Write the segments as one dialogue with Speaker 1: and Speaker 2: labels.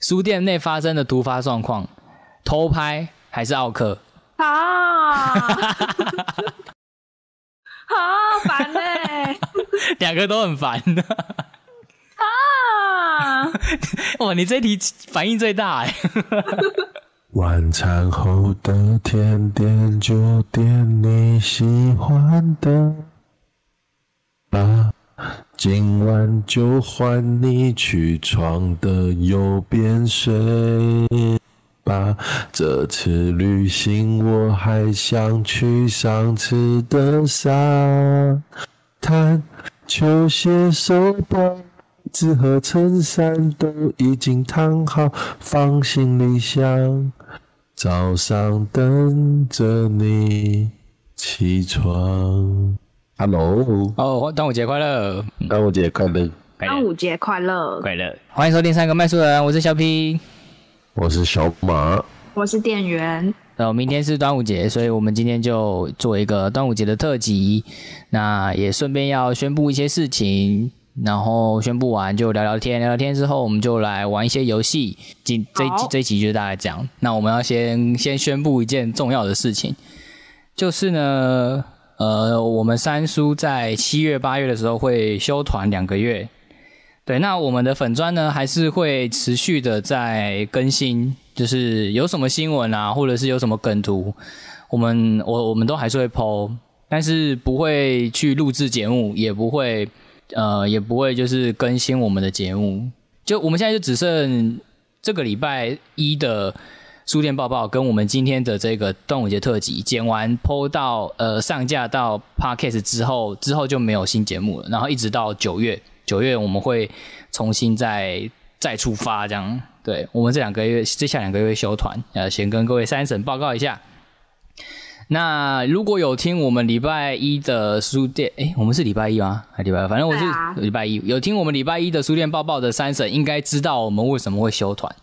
Speaker 1: 书店内发生的突发状况，偷拍还是奥克？
Speaker 2: 啊好烦 呢、欸
Speaker 1: 两个都很烦。
Speaker 2: 啊！
Speaker 1: 哇，你这题反应最大哎！
Speaker 3: 晚餐后的甜点就点你喜欢的吧，今晚就换你去闯的右边睡吧。啊这次旅行我还想去上次的沙滩，球鞋、手表、纸和衬衫都已经烫好，放行李箱。早上等着你起床。Hello，
Speaker 1: 哦，端午节快乐！
Speaker 3: 端午节快乐！
Speaker 1: 快
Speaker 2: 端午节快乐！
Speaker 1: 快乐！欢迎收听三个麦书人，我是小 P。
Speaker 3: 我是小马，
Speaker 2: 我是店员，
Speaker 1: 呃，明天是端午节，所以我们今天就做一个端午节的特辑。那也顺便要宣布一些事情，然后宣布完就聊聊天，聊聊天之后我们就来玩一些游戏。今这一集
Speaker 2: 好
Speaker 1: 这一集就大概这样。那我们要先先宣布一件重要的事情，就是呢，呃，我们三叔在七月八月的时候会休团两个月。对，那我们的粉砖呢，还是会持续的在更新，就是有什么新闻啊，或者是有什么梗图，我们我我们都还是会 PO，但是不会去录制节目，也不会呃也不会就是更新我们的节目，就我们现在就只剩这个礼拜一的书店报报跟我们今天的这个端午节特辑剪完 PO 到呃上架到 Podcast 之后，之后就没有新节目了，然后一直到九月，九月我们会重新再再出发这样。对我们这两个月，接下来两个月会休团，呃，先跟各位三省报告一下。那如果有听我们礼拜一的书店，诶，我们是礼拜一吗？还礼拜二？反正我是
Speaker 2: 对啊
Speaker 1: 礼拜一。有听我们礼拜一的书店报报的三省，应该知道我们为什么会休团，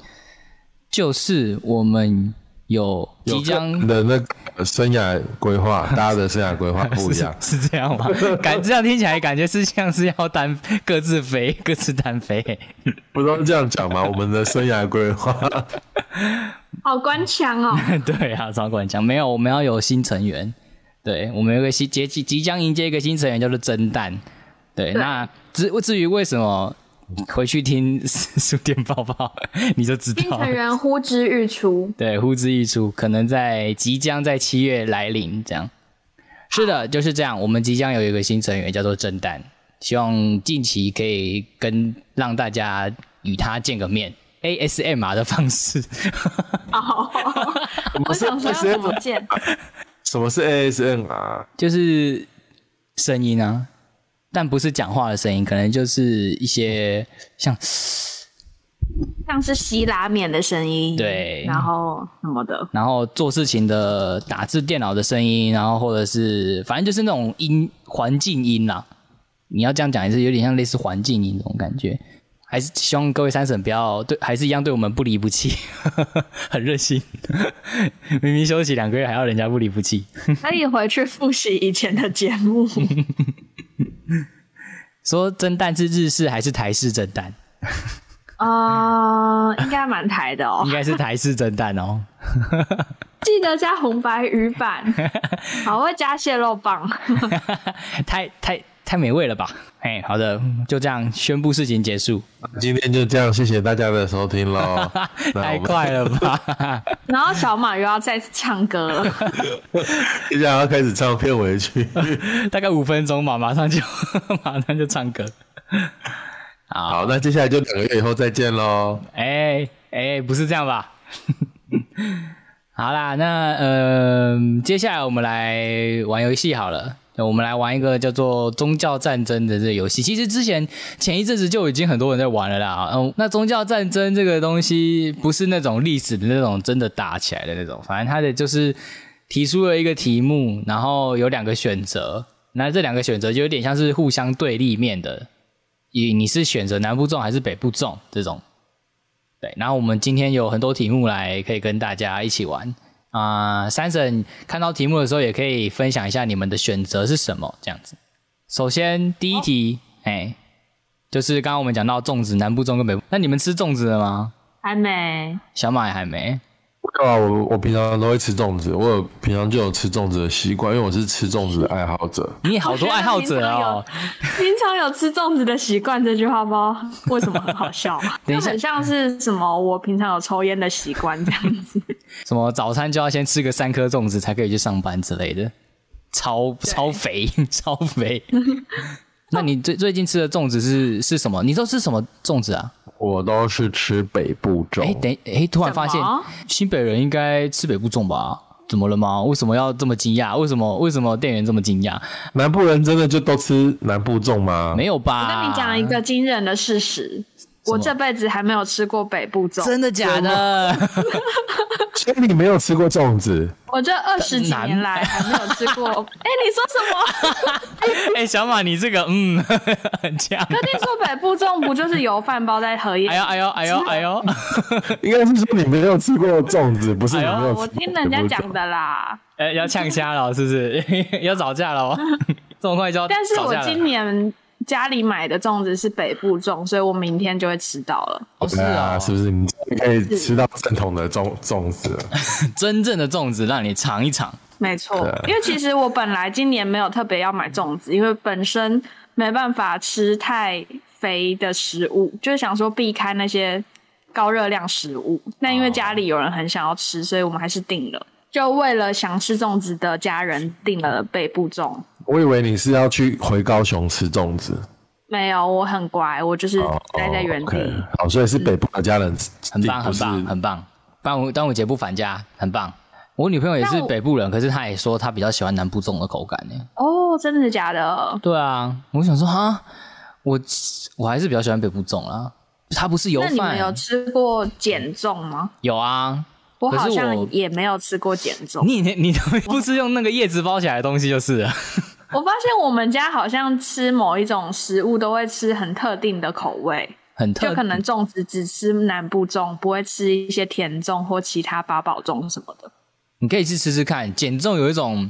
Speaker 1: 就是我们有即将 。
Speaker 3: 有个人的那个生涯规 划，大家的生涯规划不一样
Speaker 1: 是是这样吗？感这样听起来感觉是像是要单各自飞，各自单飞。
Speaker 3: 不都是这样讲吗？我们的生涯规划，
Speaker 2: 好官腔 哦！
Speaker 1: 对啊，超管讲没有，我们要有新成员。对，我们有一个新即即即将迎接一个新成员，叫做蒸蛋。对，
Speaker 2: 对
Speaker 1: 那至至于为什么，回去听 书店抱抱你就知
Speaker 2: 新
Speaker 1: 道
Speaker 2: 成
Speaker 1: 了。
Speaker 2: 员呼之欲出，
Speaker 1: 对，呼之欲出，可能在即将在七月来临，这样。是的，就是这样。我们即将有一个新成员叫做蒸蛋，希望近期可以跟让大家与他见个面，ASMR 的方式。
Speaker 2: 哦，我
Speaker 3: 是
Speaker 2: 想说要怎么见？
Speaker 3: 什么是 ASN 啊？
Speaker 1: 就是声音啊，但不是讲话的声音，可能就是一些像
Speaker 2: 像是吸拉面的声音，
Speaker 1: 对
Speaker 2: 然后什么的，
Speaker 1: 然后做事情的打字电脑的声音，然后或者是反正就是那种音环境音啦、你要这样讲也是有点像类似环境音这种感觉，还是希望各位三婶不要对，还是一样对我们不离不弃， 很任性。 明明休息两个月还要人家不离不弃，
Speaker 2: 可以回去复习以前的节 目。
Speaker 1: 说蒸蛋是日式还是台式蒸蛋？
Speaker 2: 呃，应该蛮台的哦
Speaker 1: 应。该是台式蒸蛋哦。
Speaker 2: 记得加红白鱼 板，好会加蟹肉棒。
Speaker 1: 太太太美味了吧？哎，好的，就这样宣布事情结束，
Speaker 3: 今天就这样，谢谢大家的收听 喽。
Speaker 1: 太
Speaker 3: 那啊我们
Speaker 1: 快了吧？
Speaker 2: 然后小马又要再次唱歌了，
Speaker 3: 接下来要开始唱片尾曲。
Speaker 1: 大概五分钟吧，马上就 马上就唱歌。
Speaker 3: 好，那接下来就两个月以后再见喽。
Speaker 1: 哎哎，不是这样吧？ 好啦，那呃，接下来我们来玩游戏好了。我们来玩一个叫做“宗教战争”的这个游戏。其实之前前一阵子就已经很多人在玩了啦。嗯，那宗教战争这个东西不是那种历史的那种真的打起来的那种，反正它的就是提出了一个题目，然后有两个选择，那这两个选择就有点像是互相对立面的，你你是选择南部中还是北部中这种。对，然后我们今天有很多题目来可以跟大家一起玩啊、三婶看到题目的时候，也可以分享一下你们的选择是什么，这样子。首先第一题，哎、就是刚刚我们讲到粽子，南部粽跟北部，那你们吃粽子了吗？
Speaker 2: 还没。
Speaker 1: 小马也还没。
Speaker 4: 对啊，我我平常都会吃粽子，我有平常就有吃粽子的习惯，因为我是吃粽子的爱好者。
Speaker 1: 你也好多爱好者
Speaker 2: 哦
Speaker 1: 哦。
Speaker 2: 平常有吃粽子的习惯，这句话不知道为什么很好笑，
Speaker 1: 等一
Speaker 2: 就
Speaker 1: 下
Speaker 2: 很像是什么我平常有抽烟的习惯这样 子。
Speaker 1: 什么早餐就要先吃个三颗粽子才可以去上班之类的，超超肥超肥。 那你最最近吃的粽子是是什么？你都吃什么粽子啊？
Speaker 4: 我都是吃北部粽。
Speaker 1: 哎，等哎，突然发现
Speaker 2: 什么
Speaker 1: 新北人应该吃北部粽吧？怎么了吗？为什么要这么惊讶？为什么为什么店员这么惊讶？
Speaker 4: 南部人真的就都吃南部粽吗？
Speaker 1: 没有
Speaker 2: 我
Speaker 1: 吧？
Speaker 2: 跟你讲一个惊人的事实，我这辈子还没有吃过北部粽，
Speaker 1: 真的假的？
Speaker 4: 所以你没有吃过粽子，
Speaker 2: 我这二十几年来还没有吃过。 哎、你说什么？
Speaker 1: 哎、小马，你这个嗯， 很强。
Speaker 2: 可听说北部粽不就是油饭包在荷 叶
Speaker 1: 哎？呦哎呦哎呦哎呦！
Speaker 4: 应该是说你没有吃过粽子，不是你
Speaker 1: 哎呦
Speaker 4: 没有吃过
Speaker 2: 我听人家讲的啦，
Speaker 1: 哎、要呛瞎了是不是？ 要吵架了哦？这么快就要
Speaker 2: 但是
Speaker 1: 吵
Speaker 2: 我
Speaker 1: 架了
Speaker 2: 今年家里买的粽子是北部粽，所以我明天就会吃到了。
Speaker 1: 哦
Speaker 4: 北部粽。
Speaker 1: 是
Speaker 4: 对
Speaker 1: 啊、
Speaker 4: 啊，是不是你可以吃到正统的粽粽子了？
Speaker 1: 真正的粽子让你尝一尝。
Speaker 2: 没错，因为其实我本来今年没有特别要买粽子，因为本身没办法吃太肥的食物，就是想说避开那些高热量食物。那因为家里有人很想要吃，所以我们还是订了。就为了想吃粽子的家人订了北部粽，
Speaker 4: 我以为你是要去回高雄吃粽子，
Speaker 2: 没有，我很乖，我就是
Speaker 4: 哦
Speaker 2: 待在原地。
Speaker 4: 哦，OK 好，所以是北部的家人，
Speaker 1: 很棒，
Speaker 4: 不
Speaker 1: 很
Speaker 4: 是
Speaker 1: 棒，很棒！端午端午节不返家，很棒。我女朋友也是
Speaker 2: 那我
Speaker 1: 北部人，可是她也说她比较喜欢南部粽的口感呢。
Speaker 2: 哦，真的假的？
Speaker 1: 对啊，我想说哈，我我还是比较喜欢北部粽啦。它不是油
Speaker 2: 那你
Speaker 1: 饭
Speaker 2: 们，有吃过碱粽吗？
Speaker 1: 有啊。
Speaker 2: 我
Speaker 1: 可是
Speaker 2: 好像
Speaker 1: 我
Speaker 2: 也没有吃过碱粽。
Speaker 1: 你你你都不是用那个叶子包起来的东西就是了。
Speaker 2: 我发现我们家好像吃某一种食物都会吃很特定的口味，
Speaker 1: 很
Speaker 2: 就
Speaker 1: 特
Speaker 2: 可能粽子只吃南部粽，不会吃一些甜粽或其他八宝粽什么的。
Speaker 1: 你可以去吃吃看，减重有一种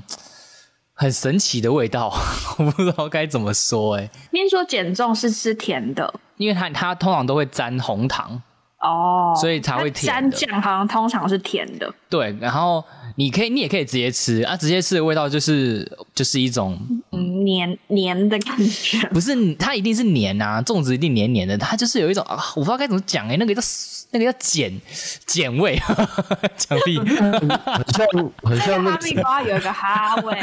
Speaker 1: 很神奇的味道， 我不知道该怎么说哎、
Speaker 2: 听说减粽是吃甜的
Speaker 1: 因为它它通常都会沾红糖，
Speaker 2: 哦，
Speaker 1: 所以才会甜
Speaker 2: 它沾
Speaker 1: 的
Speaker 2: 酱好像通常是甜的，
Speaker 1: 对，然后你可以你也可以直接吃啊，直接吃的味道就是就是一种
Speaker 2: 嗯，黏黏的感 觉。
Speaker 1: 不是它一定是黏啊，粽子一定黏黏的，它就是有一种啊，我不知道该怎么讲哎、那个叫那个叫碱碱味， 讲屁，
Speaker 4: 很像很
Speaker 2: 那
Speaker 4: 像
Speaker 2: 个
Speaker 4: 那
Speaker 2: 哈
Speaker 4: 个
Speaker 2: 密瓜有一个 哈味，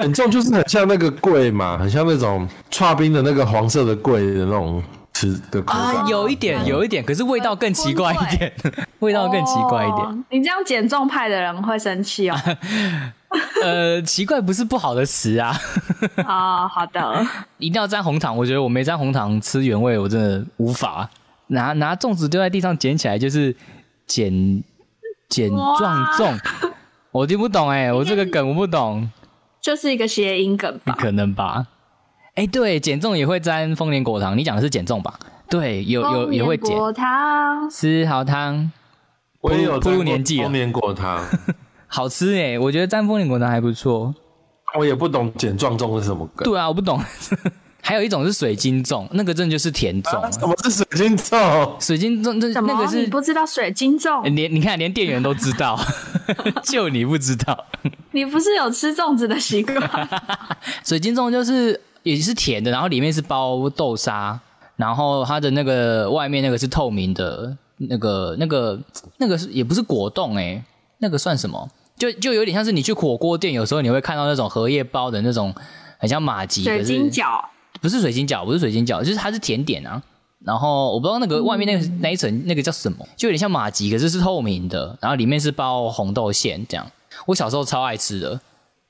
Speaker 4: 很重，就是很像那个桂嘛，很像那种刨冰的那个黄色的桂的那种吃的口感。
Speaker 1: 啊， 有一点有一点，可是味道更奇怪一点， 味道更奇怪一点。
Speaker 2: 哦你这样减重派的人会生气哦。
Speaker 1: 呃，奇怪不是不好的词啊，
Speaker 2: 啊、好的，
Speaker 1: 一定要沾红糖。我觉得我没沾红糖吃原味，我真的无法拿拿粽子丢在地上捡起来，就是捡捡
Speaker 2: 哇
Speaker 1: 撞粽。我听不懂哎、我这个梗我不懂，
Speaker 2: 就是一个谐音梗
Speaker 1: 不
Speaker 2: 吧。
Speaker 1: 可能吧？哎、对，减重也会沾丰年果糖，你讲的是减重吧？对，有有也会
Speaker 2: 丰
Speaker 1: 减
Speaker 2: 年果糖
Speaker 1: 吃好汤，
Speaker 4: 我也有
Speaker 1: 步入
Speaker 4: 沾过
Speaker 1: 年纪了
Speaker 4: 丰年啊果糖，
Speaker 1: 好吃哎、我觉得沾丰年果糖还不错。
Speaker 4: 我也不懂碱状粽是什么梗。
Speaker 1: 对啊，我不 懂。还有一种是水晶粽，那个真的就是甜粽
Speaker 4: 啊
Speaker 1: 了。
Speaker 4: 什么是水晶粽？
Speaker 1: 水晶粽，这
Speaker 2: 什么？
Speaker 1: 那个是
Speaker 2: 你不知道水晶
Speaker 1: 欸
Speaker 2: 粽？
Speaker 1: 连你看，连店员都知道， 就你不知道。
Speaker 2: 你不是有吃粽子的 习惯？
Speaker 1: 水晶粽就是也是甜的，然后里面是包豆沙，然后它的那个外面那个是透明的，那个那个那个是也不是果冻诶、欸那个算什么？就就有点像是你去火锅店，有时候你会看到那种荷叶包的那种，很像马吉，
Speaker 2: 水
Speaker 1: 可是
Speaker 2: 晶饺
Speaker 1: 不是水晶饺，不是水晶饺，就是它是甜点啊。然后我不知道那个外面那个、那一层那个叫什么，就有点像马吉，可是是透明的，然后里面是包红豆馅这样。我小时候超爱吃的，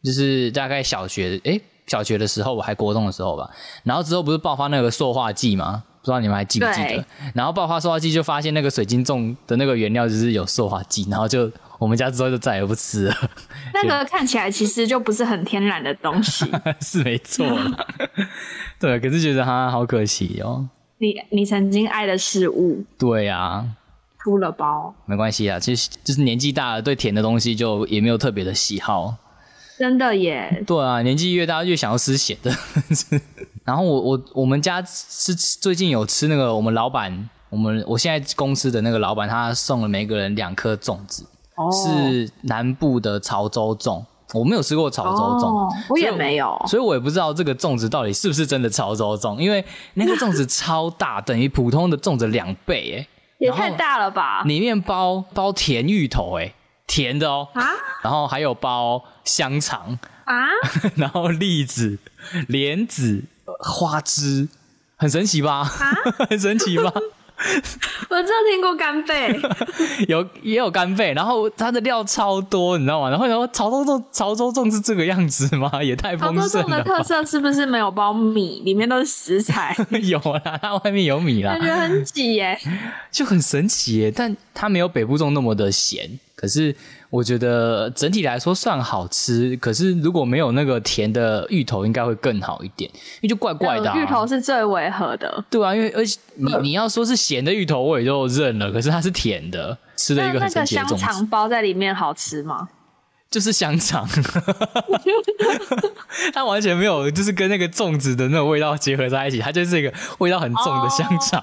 Speaker 1: 就是大概小学诶、小学的时候，我还国中的时候吧。然后之后不是爆发那个塑化剂吗？不知道你们还记不记得
Speaker 2: 对？
Speaker 1: 然后爆发塑化剂就发现那个水晶粽的那个原料就是有塑化剂，然后就我们家之后就再也不吃了，
Speaker 2: 那个看起来其实就不是很天然的 东西。
Speaker 1: 是没错啦。对，可是觉得哈好可惜哦。
Speaker 2: 你你曾经爱的事物
Speaker 1: 对啊，
Speaker 2: 出了包，
Speaker 1: 没关系啊，其实就是年纪大了，对甜的东西就也没有特别的喜好。
Speaker 2: 真的耶！
Speaker 1: 对啊，年纪越大越想要吃 咸的。然后我我我们家是最近有吃那个我们老板，我们我现在公司的那个老板，他送了每个人两颗粽子，
Speaker 2: 哦
Speaker 1: 是南部的潮州粽。我没有吃过潮州粽，
Speaker 2: 哦，我也
Speaker 1: 所以
Speaker 2: 没有。
Speaker 1: 所以我也不知道这个粽子到底是不是真的潮州粽，因为那个粽子超大，等于普通的粽子两倍哎、
Speaker 2: 也
Speaker 1: 然后
Speaker 2: 太大了吧？
Speaker 1: 里面包包甜芋头哎、甜的哦，
Speaker 2: 啊
Speaker 1: 然后还有包香肠，
Speaker 2: 啊！
Speaker 1: 然后栗子、莲子、花枝，很神奇吧？
Speaker 2: 啊
Speaker 1: 很神奇吧？
Speaker 2: 我真的听过干 贝，
Speaker 1: 有也有干贝，然后它的料超多，你知道吗？然后然后潮州粽潮州粽是这个样子吗？也太
Speaker 2: 潮
Speaker 1: 丰
Speaker 2: 州
Speaker 1: 盛
Speaker 2: 粽的
Speaker 1: 了
Speaker 2: 特
Speaker 1: 吧！
Speaker 2: 色是不是没有包米，里面都是食材？
Speaker 1: 有啦，它外面有米啦
Speaker 2: 感，觉很挤 耶。
Speaker 1: 就很神奇耶。但它没有北部粽那么的咸，可是我觉得整体来说算好吃。可是如果没有那个甜的芋头，应该会更好一点，因为就怪怪的、啊。
Speaker 2: 芋头是最违和的。
Speaker 1: 对啊，因为而且你你要说是咸的芋头，我也就认了。可是它是甜的，吃了
Speaker 2: 那
Speaker 1: 一个
Speaker 2: 那
Speaker 1: 很神
Speaker 2: 个
Speaker 1: 奇的
Speaker 2: 香
Speaker 1: 粽子。
Speaker 2: 肠包在里面好吃吗？
Speaker 1: 就是香肠， 它完全没有，就是跟那个粽子的那种味道结合在一起，它就是一个味道很重
Speaker 2: 哦
Speaker 1: 的香肠。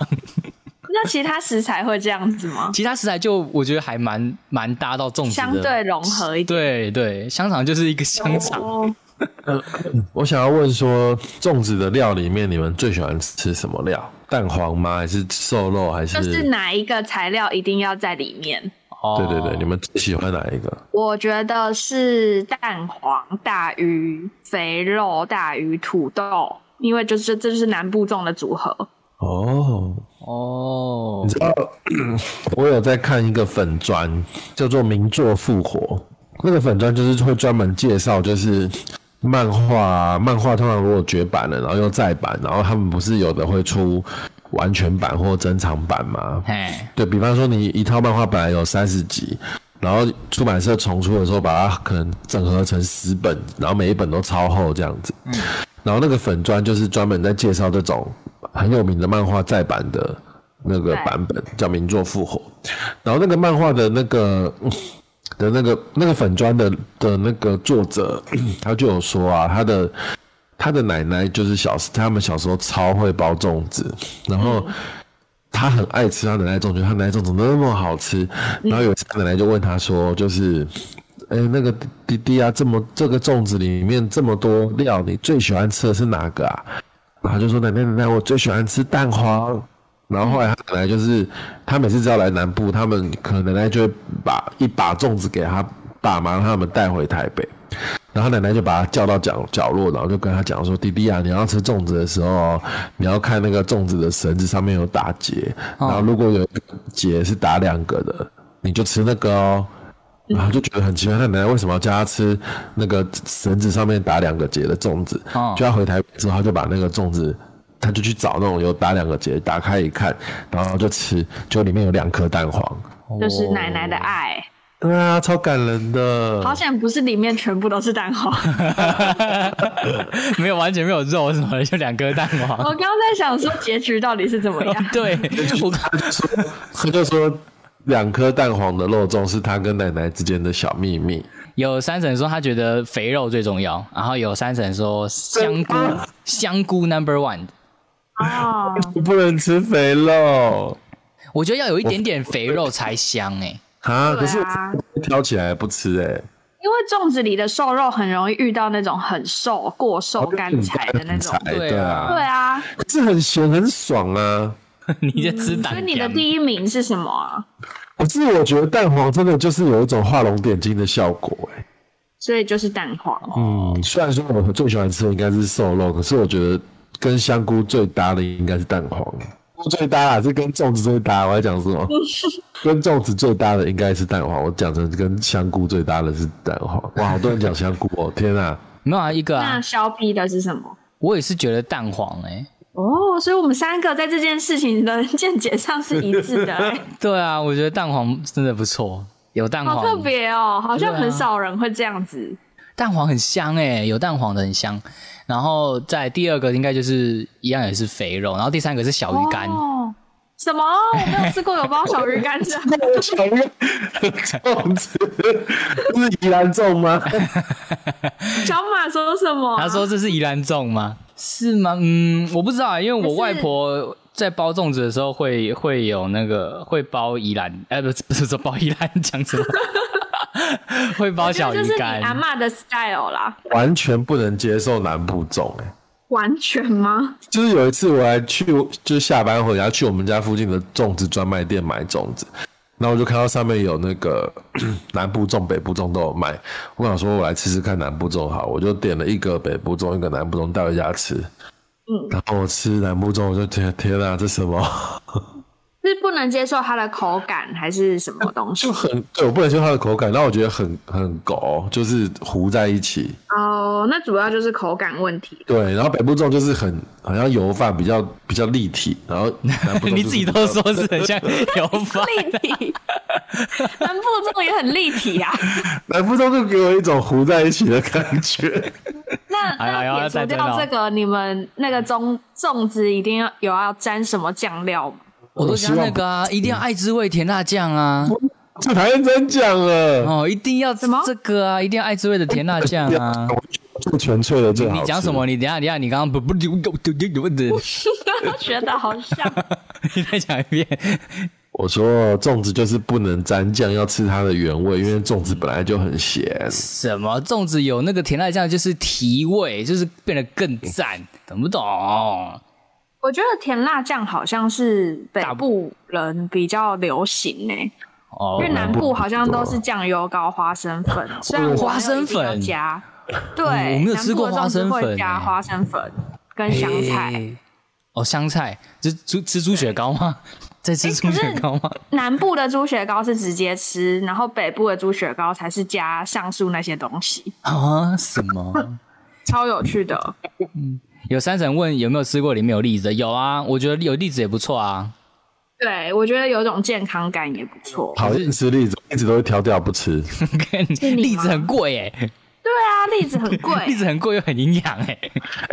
Speaker 2: 那其他食材会这样子吗？
Speaker 1: 其他食材就我觉得还蛮蛮搭到粽子的，
Speaker 2: 相对融合一点。
Speaker 1: 对对，香肠就是一个香肠。
Speaker 2: 哦，
Speaker 3: 我想要问说，粽子的料里面，你们最喜欢吃什么料？蛋黄吗？还是瘦肉？还是？
Speaker 2: 就是哪一个材料一定要在里面？
Speaker 1: 哦
Speaker 3: 对对对，你们最喜欢哪一个？
Speaker 2: 我觉得是蛋黄大于肥肉大于土豆，因为就是这就是南部粽的组合。
Speaker 3: 哦，
Speaker 1: 哦
Speaker 3: 你，知道， 我有在看一个粉砖，叫做“名作复活”。那个粉砖就是会专门介绍，就是漫画、啊，漫画通常如果绝版了，然后又再版，然后他们不是有的会出完全版或珍藏版吗？
Speaker 1: 哎，
Speaker 3: 对比方说，你一套漫画本来有三十集，然后出版社重出的时候，把它可能整合成十本，然后每一本都超厚这样子。然后那个粉砖就是专门在介绍这种很有名的漫画再版的那个
Speaker 2: 对
Speaker 3: 版本，叫《名作复活》。然后那个漫画的那个 的那个那个粉砖的的那个作者， 他就有说啊，他的他的奶奶就是小时他们小时候超会包粽子，然后他很爱吃他奶奶粽子，他奶奶粽子那么好吃。然后有一次他奶奶就问他说，就是。哎、那个弟弟啊，这么这个粽子里面这么多料，你最喜欢吃的是哪个啊？然后就说奶奶奶奶，我最喜欢吃蛋黄。然后后来他奶奶就是，他每次只要来南部，他们可能奶奶就会把一把粽子给他爸妈，让他们带回台北。然后他奶奶就把他叫到角角落，然后就跟他讲说：“弟弟啊，你要吃粽子的时候哦，你要看那个粽子的绳子上面有打结，然后如果有一个结是打两个的，你就吃那个哦。”然后就觉得很奇怪，他奶奶为什么要叫他吃那个绳子上面打两个结的粽子？
Speaker 1: 哦
Speaker 3: 就他回台北之后，他就把那个粽子，他就去找那种有打两个结，打开一看，然后就吃，就里面有两颗蛋黄。
Speaker 2: 就是奶奶的爱。
Speaker 3: 对啊，超感人的。
Speaker 2: 好险不是里面全部都是蛋黄。
Speaker 1: 没有完全没有肉什么的，就两颗蛋
Speaker 2: 我
Speaker 1: 黄。。
Speaker 2: 刚刚在想说结局到底是怎么样
Speaker 1: 对，我
Speaker 3: 他就说，他就说，两颗蛋黄的肉粽是他跟奶奶之间的小秘密。
Speaker 1: 有三婶说她觉得肥肉最重要，然后有三婶说香菇香菇 number one，
Speaker 2: 哦，
Speaker 3: 我不能吃肥肉
Speaker 1: 我觉得要有一点点肥肉才香哎、
Speaker 3: 啊，可
Speaker 2: 对
Speaker 3: 是
Speaker 2: 啊，
Speaker 3: 挑起来不吃
Speaker 2: 因
Speaker 3: 哎、
Speaker 2: 为粽子里的瘦肉很容易遇到那种很瘦、过瘦、干柴的那种。
Speaker 3: 干柴
Speaker 1: 对
Speaker 3: 对
Speaker 1: 啊
Speaker 2: 对
Speaker 3: 啊，
Speaker 2: 啊，
Speaker 3: 可是很咸很爽啊。
Speaker 1: 你在吃
Speaker 2: 嗯所以
Speaker 1: 蛋
Speaker 2: 你的
Speaker 1: 羹。
Speaker 2: 第一名是什么啊？
Speaker 3: 可是我觉得蛋黄真的就是有一种画龙点睛的效果哎、
Speaker 2: 所以就是蛋黄。
Speaker 1: 哦
Speaker 3: 嗯，虽然说我最喜欢吃的应该是瘦肉，可是我觉得跟香菇最搭的应该是蛋黄。最搭啊，是跟粽子最搭。我在讲什么？跟粽子最搭的应该是蛋黄。我讲成跟香菇最搭的是蛋黄。哇，好多人讲香菇哦！天啊，
Speaker 1: 没有啊，一个
Speaker 2: 那
Speaker 1: 啊，
Speaker 2: 削皮的是什么？
Speaker 1: 我也是觉得蛋黄哎、
Speaker 2: 哦，所以我们三个在这件事情的见解上是一 致的、哎
Speaker 1: 对啊，我觉得蛋黄真的不错，有蛋
Speaker 2: 好特
Speaker 1: 黄，
Speaker 2: 别哦，好像
Speaker 1: 对啊
Speaker 2: 很少人会这样子。
Speaker 1: 蛋黄很香哎、有蛋黄的很香。然后在第二个应该就是一样也是肥肉，然后第三个是小鱼干，
Speaker 2: 哦什么？我没有吃过有包小鱼干 的。
Speaker 3: 小鱼粽子 这是宜兰粽吗？
Speaker 2: 小马说什么啊？
Speaker 1: 他说这是宜兰粽吗？是吗？嗯，我不知道啊，因为我
Speaker 2: 可是
Speaker 1: 外婆在包粽子的时候会会有那个会包宜兰，哎、不是不是说包宜兰，讲 什么？会包
Speaker 2: 我觉
Speaker 1: 小
Speaker 2: 得
Speaker 1: 鱼
Speaker 2: 这是你阿
Speaker 1: 干，
Speaker 2: 嬷的 style 啦，
Speaker 3: 完全不能接受南部粽、欸，
Speaker 2: 完全吗？
Speaker 3: 就是有一次我还去，就是下班回家去我们家附近的粽子专卖店买粽子，然后我就看到上面有那个 南部粽、北部粽都有卖，我想说我来吃吃看南部粽好，我就点了一个北部粽，一个南部粽带回家吃。嗯，然后我吃南部粽，我就天天哪、这什么？
Speaker 2: 是不能接受它的口感还是什么 东西
Speaker 3: 就？很对我不能接受它的口感，但我觉得很很狗，就是糊在一起。
Speaker 2: 哦，那主要就是口感 问题。
Speaker 3: 对，然后北部粽就是很好像油饭比较比较立体，然后南部 粽
Speaker 1: 你
Speaker 3: 就是
Speaker 1: 自己
Speaker 3: 比
Speaker 1: 都
Speaker 3: 较
Speaker 1: 说是很像油饭，
Speaker 2: 立 体，南部粽也很立体啊。
Speaker 3: 南部粽就给我一种糊在一起的感觉。
Speaker 2: 那
Speaker 1: 哎呀
Speaker 2: 那
Speaker 1: 要
Speaker 2: 撇
Speaker 1: 再
Speaker 2: 除
Speaker 1: 对
Speaker 2: 掉
Speaker 1: 了
Speaker 2: 这个，你们那个粽粽子一定要有要沾什么酱料吗？
Speaker 1: 我都加那个啊，一定要爱滋味甜辣酱啊，
Speaker 3: 这啊太认真讲了，
Speaker 1: 哦，一定要什
Speaker 2: 么
Speaker 1: 这个啊，一定要爱滋味的甜辣酱 啊。
Speaker 3: 最纯粹的最好吃。
Speaker 1: 你讲什么？你等一下等一下，你刚刚不不不不不不不，
Speaker 2: 学的好像，
Speaker 1: 你再讲一遍。
Speaker 3: 我说粽子就是不能沾酱，要吃它的原味，因为粽子本来就很咸。
Speaker 1: 什么粽子有那个甜辣酱，就是提味，就是变得更赞，懂不哦懂？
Speaker 2: 我觉得甜辣酱好像是北部人比较流行呢、
Speaker 1: 哦
Speaker 2: 因为，南部好像都
Speaker 3: 南部
Speaker 2: 是酱油膏、花生粉，虽然我没有
Speaker 1: 哦花生粉哦
Speaker 2: 一定要加，对，
Speaker 1: 我没有吃过花生粉
Speaker 2: 南部的粽子会加
Speaker 1: 欸
Speaker 2: 花生粉跟香菜。哎
Speaker 1: 嘿哎哦，香菜，吃猪吃猪血糕吗？在吃猪血糕吗？
Speaker 2: 南部的猪血糕是直接吃，然后北部的猪血糕才是加上述那些东西，
Speaker 1: 啊，什么？
Speaker 2: 超有趣的。
Speaker 1: 有三婶问有没有吃过里面有栗子的，有啊，我觉得有栗子也不错啊。
Speaker 2: 对，我觉得有种健康感也不错。
Speaker 3: 讨厌吃栗子，栗子都会挑掉不吃。
Speaker 2: 你吗
Speaker 1: 栗子很贵哎，
Speaker 2: 对啊，栗子很
Speaker 1: 栗
Speaker 2: 贵，
Speaker 1: 子很贵又很营养哎。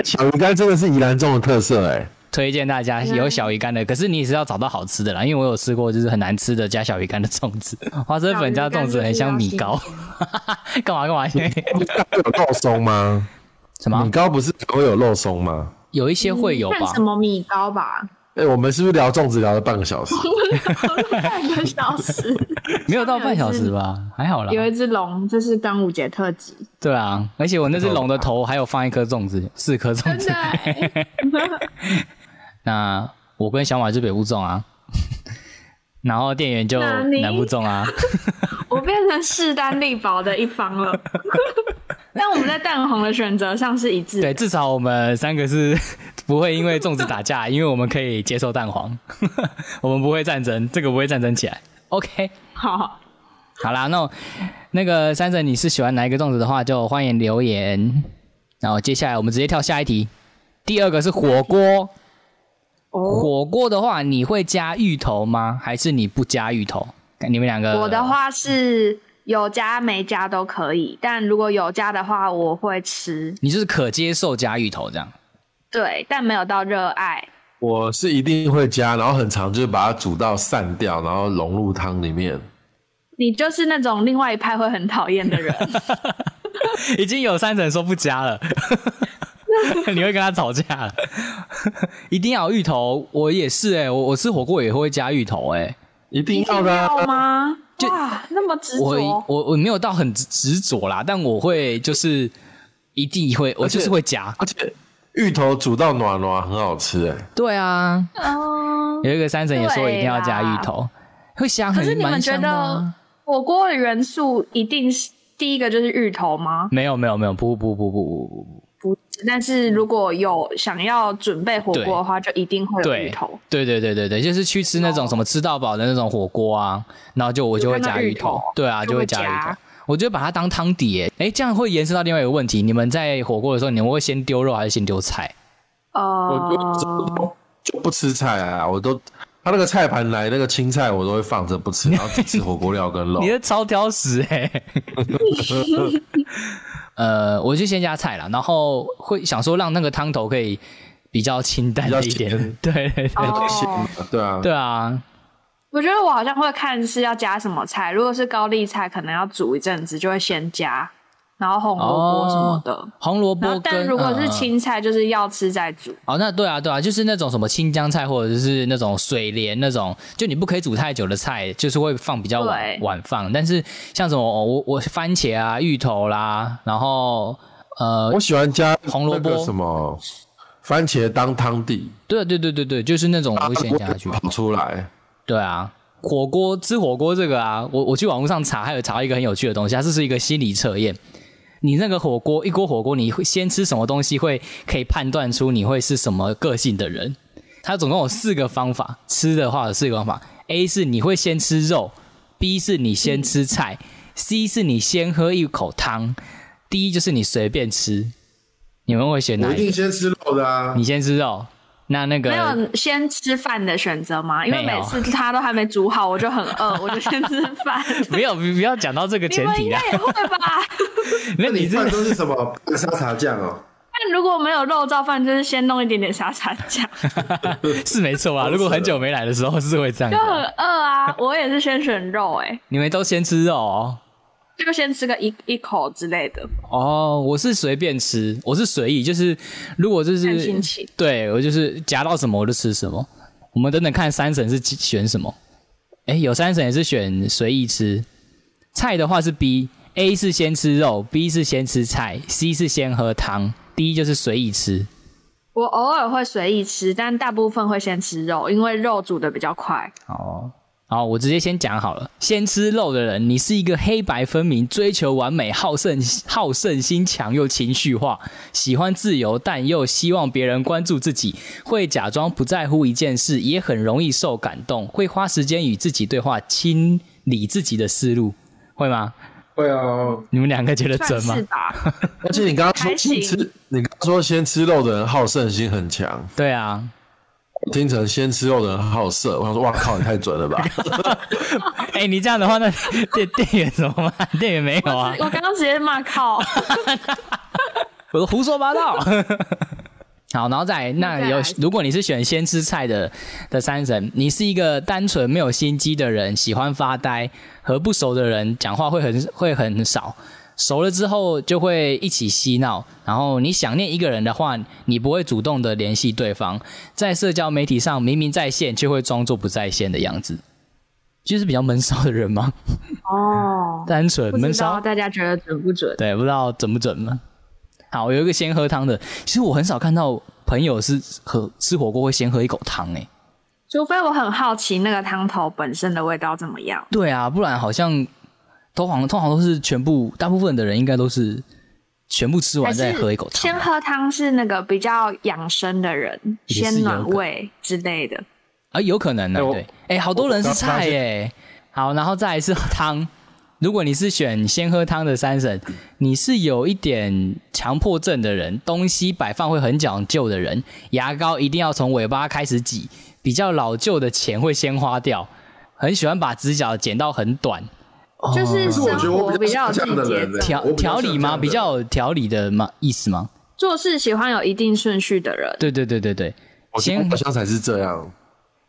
Speaker 3: 小鱼干真的是宜兰粽的特色哎、
Speaker 1: 推荐大
Speaker 2: 嗯
Speaker 1: 家有小鱼干的，可是你也是要找到好吃的啦，因为我有吃过，就是很难吃的加小鱼干的粽 子，花生粉加粽子很像米糕，干 嘛干嘛？
Speaker 3: 有肉松吗？
Speaker 1: 什么
Speaker 3: 米？糕不是会有肉松吗？
Speaker 1: 有一些会有
Speaker 2: 嗯看
Speaker 1: 吧
Speaker 2: 什？么米 糕吧，
Speaker 3: 哎、我们是不是聊粽子聊了半个小时？
Speaker 2: 半个小时。
Speaker 1: 没有到半小时吧，还好啦。
Speaker 2: 有一只龙，这是端午节特辑，
Speaker 1: 对啊，而且我那只龙的头还有放一颗粽子，四颗粽
Speaker 2: 真
Speaker 1: 子
Speaker 2: 的。欸。
Speaker 1: 那我跟小马是北部粽啊， 然后店员就
Speaker 2: 哪里
Speaker 1: 南部粽啊。
Speaker 2: 我变成势单力薄的一方了。 但我们在蛋红的选择上是一致的。
Speaker 1: 对，至少我们三个是 不会因为粽子打架，因为我们可以接受蛋黄， 我们不会战争，这个不会战争起来。OK，
Speaker 2: 好，
Speaker 1: 好啦，那我那个三婶，你是喜欢哪一个粽子的话，就欢迎留言。然后接下来我们直接跳下一题，第二个是火锅。
Speaker 2: 哦，
Speaker 1: 火锅的话，你会加芋头吗？还是你不加芋头？你们两个，
Speaker 2: 我的话是有加没加都可以，但如果有加的话，我会吃。
Speaker 1: 你就是可接受加芋头这样。
Speaker 2: 对，但没有到热爱。
Speaker 3: 我是一定会加，然后很常就是把它煮到散掉，然后融入汤里面。
Speaker 2: 你就是那种另外一派会很讨厌的人，
Speaker 1: 已经有三层说不加 了，你会跟他吵架了。一定要有芋头，我也是哎、我我吃火锅也会加芋头哎、
Speaker 3: 一
Speaker 2: 你
Speaker 3: 定要的、啊。
Speaker 2: 要吗？
Speaker 1: 就
Speaker 2: 哇，那么执
Speaker 1: 我
Speaker 2: 着。
Speaker 1: 我我没有到很执执着啦，但我会就是一定会，我就是会加。
Speaker 3: 而且芋头煮到暖暖很好吃
Speaker 4: 欸
Speaker 3: 哎、
Speaker 1: 对啊，
Speaker 2: 嗯，
Speaker 1: 有一个三层也说一定要加芋头，会香，
Speaker 2: 可是
Speaker 1: 很
Speaker 2: 你们
Speaker 1: 蛮
Speaker 2: 觉
Speaker 1: 香的啊
Speaker 2: 得。火锅的元素一定是第一个就是芋头吗？
Speaker 1: 没有没有没有，不不不不不不不，
Speaker 2: 不，但是如果有想要准备火锅的话，就一定会有芋
Speaker 1: 对
Speaker 2: 头。哦
Speaker 1: 对对对对对，就是去吃那种什么吃到饱的那种火锅啊，然后就我就会加芋
Speaker 2: 就
Speaker 1: 头
Speaker 2: 看到芋头，
Speaker 1: 对啊，
Speaker 2: 就
Speaker 1: 就
Speaker 2: 会
Speaker 1: 会加芋头
Speaker 2: 加。
Speaker 1: 我就把它当汤底耶，哎，这样会延伸到另外一个问题：你们在火锅的时候，你们会先丢肉还是先丢菜？
Speaker 3: 我
Speaker 1: 哦
Speaker 2: 呃，
Speaker 3: 我就不吃菜啊，我都他那个菜盘来那个青菜我都会放着不吃，然后只吃火锅料跟肉
Speaker 1: 你。是超挑食哎、 呃，我就先加菜啦，然后会想说让那个汤头可以比较清淡一
Speaker 3: 比较
Speaker 1: 点
Speaker 3: 咸，
Speaker 1: 对对对
Speaker 2: 哦，
Speaker 3: 对啊，
Speaker 1: 对啊，
Speaker 2: 我觉得我好像会看是要加什么菜。如果是高丽菜，可能要煮一阵子，就会先加。然后红萝卜什么的。
Speaker 1: 红萝
Speaker 2: 然
Speaker 1: 卜
Speaker 2: 后，
Speaker 1: 哦跟
Speaker 2: 但如果
Speaker 1: 嗯
Speaker 2: 是
Speaker 1: 嗯
Speaker 2: 青菜，就是要吃再煮。
Speaker 1: 哦，那对啊，对啊，就是那种什么青江菜，或者是那种水莲那种，就你不可以煮太久的菜，就是会放比较晚
Speaker 2: 对
Speaker 1: 晚放。但是像什么哦我我番茄啊、芋头啦，然后呃，
Speaker 4: 我喜欢加
Speaker 1: 红萝卜
Speaker 4: 那个什么番茄当汤底，
Speaker 1: 对啊对对对对，就是那种我会先加去。
Speaker 4: 跑出来。
Speaker 1: 对啊，火锅吃火锅这个啊，我我去网络上查，还有查到一个很有趣的东西，它这是一个心理测验。你那个火锅一锅火锅，你会先吃什么东西会可以判断出你会是什么个性的人？它总共有四个方法，吃的话有四个方法。A 是你会先吃肉，B 是你先吃菜、c 是你先喝一口汤，D 就是你随便吃。你们会选哪
Speaker 3: 我
Speaker 1: 一
Speaker 3: 一
Speaker 1: 个？
Speaker 3: 定先吃肉的啊
Speaker 1: 你！先吃肉，那那个
Speaker 2: 没有先吃饭的选择吗？因为
Speaker 1: 嗯没有
Speaker 2: 每次他都还没煮好，我就很饿，我就先吃 饭。
Speaker 1: 没有，不不要讲到这个
Speaker 2: 你
Speaker 1: 前
Speaker 2: 们
Speaker 1: 提
Speaker 2: 应
Speaker 1: 啦
Speaker 2: 该。也会 吧？
Speaker 1: 没有，
Speaker 3: 那你
Speaker 1: 这
Speaker 3: 饭都是什么？拌沙茶酱 哦，
Speaker 2: 但如果没有肉燥饭，就是先弄一点点沙茶 酱，
Speaker 1: 是没 错啊。如果很久没来的时候是会这样子
Speaker 2: 就很
Speaker 1: 啊。
Speaker 2: 饿啊。我也是先选肉、欸，
Speaker 1: 你们都先吃肉哦。
Speaker 2: 就先吃个一一口之类的。
Speaker 1: 哦，我是随便吃，我是随意，就是如果就是
Speaker 2: 看心情
Speaker 1: 对我就是夹到什么我就吃什么。我们等等看三省是选什么？哎，有三省也是选随意吃。菜的话是 B，A 是先吃肉，B 是先吃菜，C 是先喝汤，D 就是随意吃。
Speaker 2: 我偶尔会随意吃，但大部分会先吃肉，因为肉煮的比较快。
Speaker 1: 哦，好，我直接先讲好了。先吃肉的人，你是一个黑白分明、追求完美、好胜好胜心强又情绪化，喜欢自由但又希望别人关注自己，会假装不在乎一件事，也很容易受感动，会花时间与自己对话，清理自己的思路，会吗？
Speaker 3: 会哦。
Speaker 1: 你们两个觉得
Speaker 2: 算
Speaker 1: 准吗
Speaker 2: 是？吧，
Speaker 4: 啊而且你刚刚说
Speaker 2: 还行
Speaker 4: 先吃，你刚刚说先吃肉的人好胜心很强，
Speaker 1: 对啊，
Speaker 4: 我听成先吃肉的人好色。我想说，哇靠，你太准了吧！
Speaker 1: 哎、你这样的话，那店店员怎么办？ 店员没有啊，
Speaker 2: 我刚刚直接骂靠，
Speaker 1: 我说胡说八道。好，然后再来那有
Speaker 2: 再来，
Speaker 1: 如果你是选先吃菜的的三神，你是一个单纯没有心机的人，喜欢发呆，和不熟的人讲话会很会很少，熟了之后就会一起嬉闹。然后你想念一个人的话，你不会主动的联系对方，在社交媒体上明明在线，却会装作不在线的样子，就是比较闷骚的人吗？
Speaker 2: 哦，
Speaker 1: 单纯
Speaker 2: 不
Speaker 1: 闷
Speaker 2: 知
Speaker 1: 骚
Speaker 2: 道，大家觉得准不准？
Speaker 1: 对，不知道准不准呢？好，有一个先喝汤的，其实我很少看到朋友是喝吃火锅会先喝一口汤诶、欸
Speaker 2: 除非我很好奇那个汤头本身的味道怎么样。
Speaker 1: 对啊，不然好像都好像通常都是全部，大部分的人应该都是全部吃完再喝一口汤
Speaker 2: 先喝汤是那个比较养生的人，
Speaker 1: 也是
Speaker 2: 先暖
Speaker 1: 有可
Speaker 2: 胃之类的。
Speaker 1: 啊，有可能呢、
Speaker 4: 哎我
Speaker 1: 对，哎、好多人是菜耶、好，然后再来是汤。如果你是选先喝汤的三婶，你是有一点强迫症的人，东西摆放会很讲究的人，牙膏一定要从尾巴开始挤，比较老旧的钱会先花掉，很喜欢把指甲剪到很短，
Speaker 2: 就是
Speaker 3: 哦可是我
Speaker 2: 生
Speaker 3: 觉得我
Speaker 2: 活
Speaker 3: 比较
Speaker 2: 较有
Speaker 3: 像这样的
Speaker 2: 季节
Speaker 3: 人欸呢、
Speaker 2: 感
Speaker 1: 条
Speaker 3: 我
Speaker 1: 条
Speaker 3: 像
Speaker 1: 理
Speaker 3: 这样
Speaker 1: 吗？
Speaker 3: 的
Speaker 1: 比较有条理的吗意思吗？
Speaker 2: 做事喜欢有一定顺序的人。
Speaker 1: 对对对对对。
Speaker 4: 我觉得好像才是这样。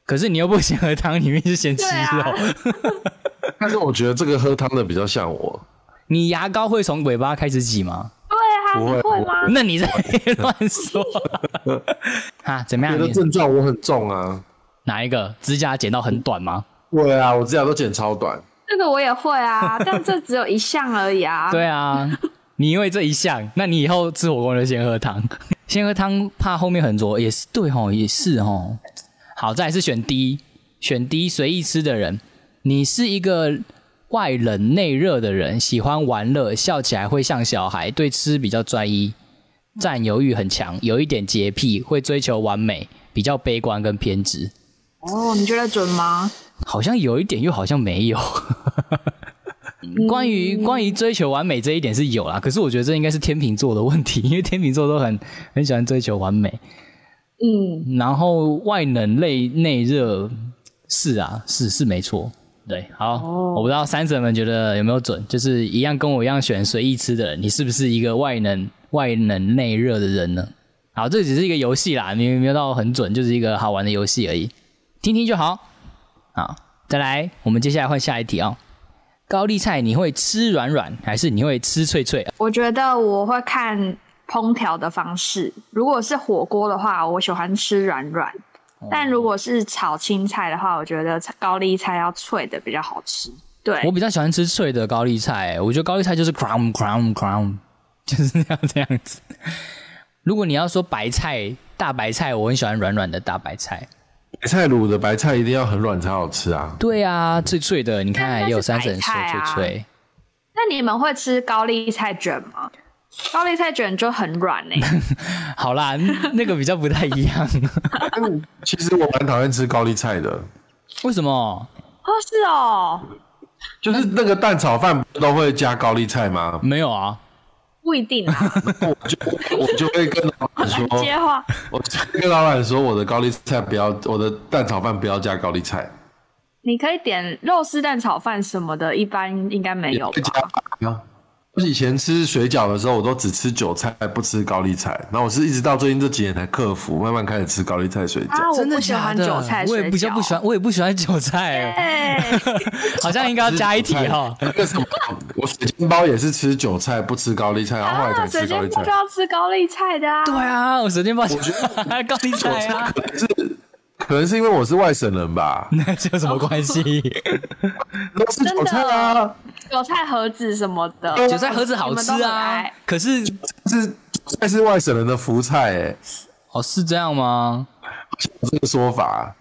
Speaker 1: 可是你又不先喝汤，你一定是先吃
Speaker 2: 对啊
Speaker 1: 肉。
Speaker 4: 但是我觉得这个喝汤的比较像我，
Speaker 1: 你牙膏会从尾巴开始挤吗？
Speaker 2: 对
Speaker 4: 不
Speaker 2: 啊，
Speaker 4: 会
Speaker 2: 你会吗？
Speaker 1: 那你在乱说 啊？怎么
Speaker 4: 别
Speaker 1: 样？
Speaker 4: 的
Speaker 1: 你
Speaker 4: 症状我很重啊。
Speaker 1: 哪一个指甲剪到很短吗？
Speaker 4: 对啊，我指甲都剪超短。
Speaker 2: 这个我也会啊，但这只有一项而已 啊。
Speaker 1: 对啊，你因为这一项，那你以后吃火锅就先喝汤， 先喝汤怕后面很浊，也是对吼，也是吼。好，再来是选 D，选 D 随意吃的人，你是一个外冷内热的人，喜欢玩乐，笑起来会像小孩，对吃比较专一，占有欲很强，有一点洁癖，会追求完美，比较悲观跟偏执。
Speaker 2: 哦，你觉得准吗？
Speaker 1: 好像有一点，又好像没有。关于关于追求完美这一点是有啦，可是我觉得这应该是天秤座的问题，因为天秤座都很很喜欢追求完美，
Speaker 2: 嗯，
Speaker 1: 然后外冷内内热，是啊，是是没错。对，好，我不知道三婶们觉得有没有准，就是一样跟我一样选随意吃的人，你是不是一个外冷外冷内热的人呢？好，这只是一个游戏啦，你没有到很准，就是一个好玩的游戏而已，听听就好。好，再来，我们接下来换下一题哦。高丽菜你会吃软软，还是你会吃脆脆？
Speaker 2: 我觉得我会看烹调的方式，如果是火锅的话，我喜欢吃软软；
Speaker 3: 哦
Speaker 2: 但如果是炒青菜的话，我觉得高丽菜要脆的比较好吃。对
Speaker 1: 我，比较喜欢吃脆的高丽菜、我觉得高丽菜就是 crown crown crown，就是那样这样子。如果你要说白菜，大白菜，我很喜欢软软的大白菜。
Speaker 3: 白菜卤的白菜一定要很软才好吃啊。
Speaker 1: 对啊，脆脆的，你看
Speaker 2: 但那
Speaker 1: 也有
Speaker 2: 是
Speaker 1: 三神
Speaker 2: 白
Speaker 1: 说
Speaker 2: 菜啊
Speaker 1: 脆脆。
Speaker 2: 那你们会吃高丽菜卷吗？高丽菜卷就很软欸 诶、
Speaker 1: 好啦，那个比较不太一样。
Speaker 3: 但其实我蛮讨厌吃高丽菜的，
Speaker 1: 为什么？
Speaker 2: 哦，是哦，
Speaker 3: 就是那个蛋炒饭不都会加高丽菜吗？
Speaker 1: 没有 啊，
Speaker 2: 不一定 啊。
Speaker 3: 我就我就会跟老板说，
Speaker 2: 接话，
Speaker 3: 我就会跟老板说我的高丽菜不要，我的蛋炒饭不要加高丽菜，
Speaker 2: 你可以点肉丝蛋炒饭什么的，一般应该没有
Speaker 3: 会加
Speaker 2: 吧？
Speaker 3: 啊。我以前吃水饺的时候，我都只吃韭菜，不吃高丽菜。然后我是一直到最近这几年才克服，慢慢开始吃高丽菜水饺。
Speaker 2: 啊，我
Speaker 1: 真的
Speaker 2: 不喜
Speaker 1: 假
Speaker 2: 欢
Speaker 1: 的
Speaker 2: 韭菜
Speaker 1: 我
Speaker 2: 水
Speaker 1: 也
Speaker 2: 饺，
Speaker 1: 比较不喜欢，我也不喜欢韭菜，
Speaker 2: 哎。
Speaker 1: 好像应该要啊加一题哈。
Speaker 3: 那个什么，我水煎包也是吃韭菜，不吃高丽菜，然后后来才
Speaker 2: 啊，水
Speaker 3: 吃高
Speaker 2: 煎
Speaker 3: 丽
Speaker 2: 包
Speaker 3: 菜
Speaker 2: 就。要吃高丽菜的啊。
Speaker 1: 对啊，我随便报，我
Speaker 3: 觉
Speaker 1: 高丽菜啊，
Speaker 3: 可能是因为我是外省人吧，
Speaker 1: 那这有什么关系？
Speaker 3: 都吃韭菜啊，
Speaker 2: 韭菜盒子什么的，
Speaker 1: 韭菜盒子好吃
Speaker 2: 你们都很
Speaker 1: 啊
Speaker 2: 爱，
Speaker 1: 可是
Speaker 3: 是韭菜是外省人的福菜、欸，
Speaker 1: 哦是这样吗？
Speaker 3: 有这个说法。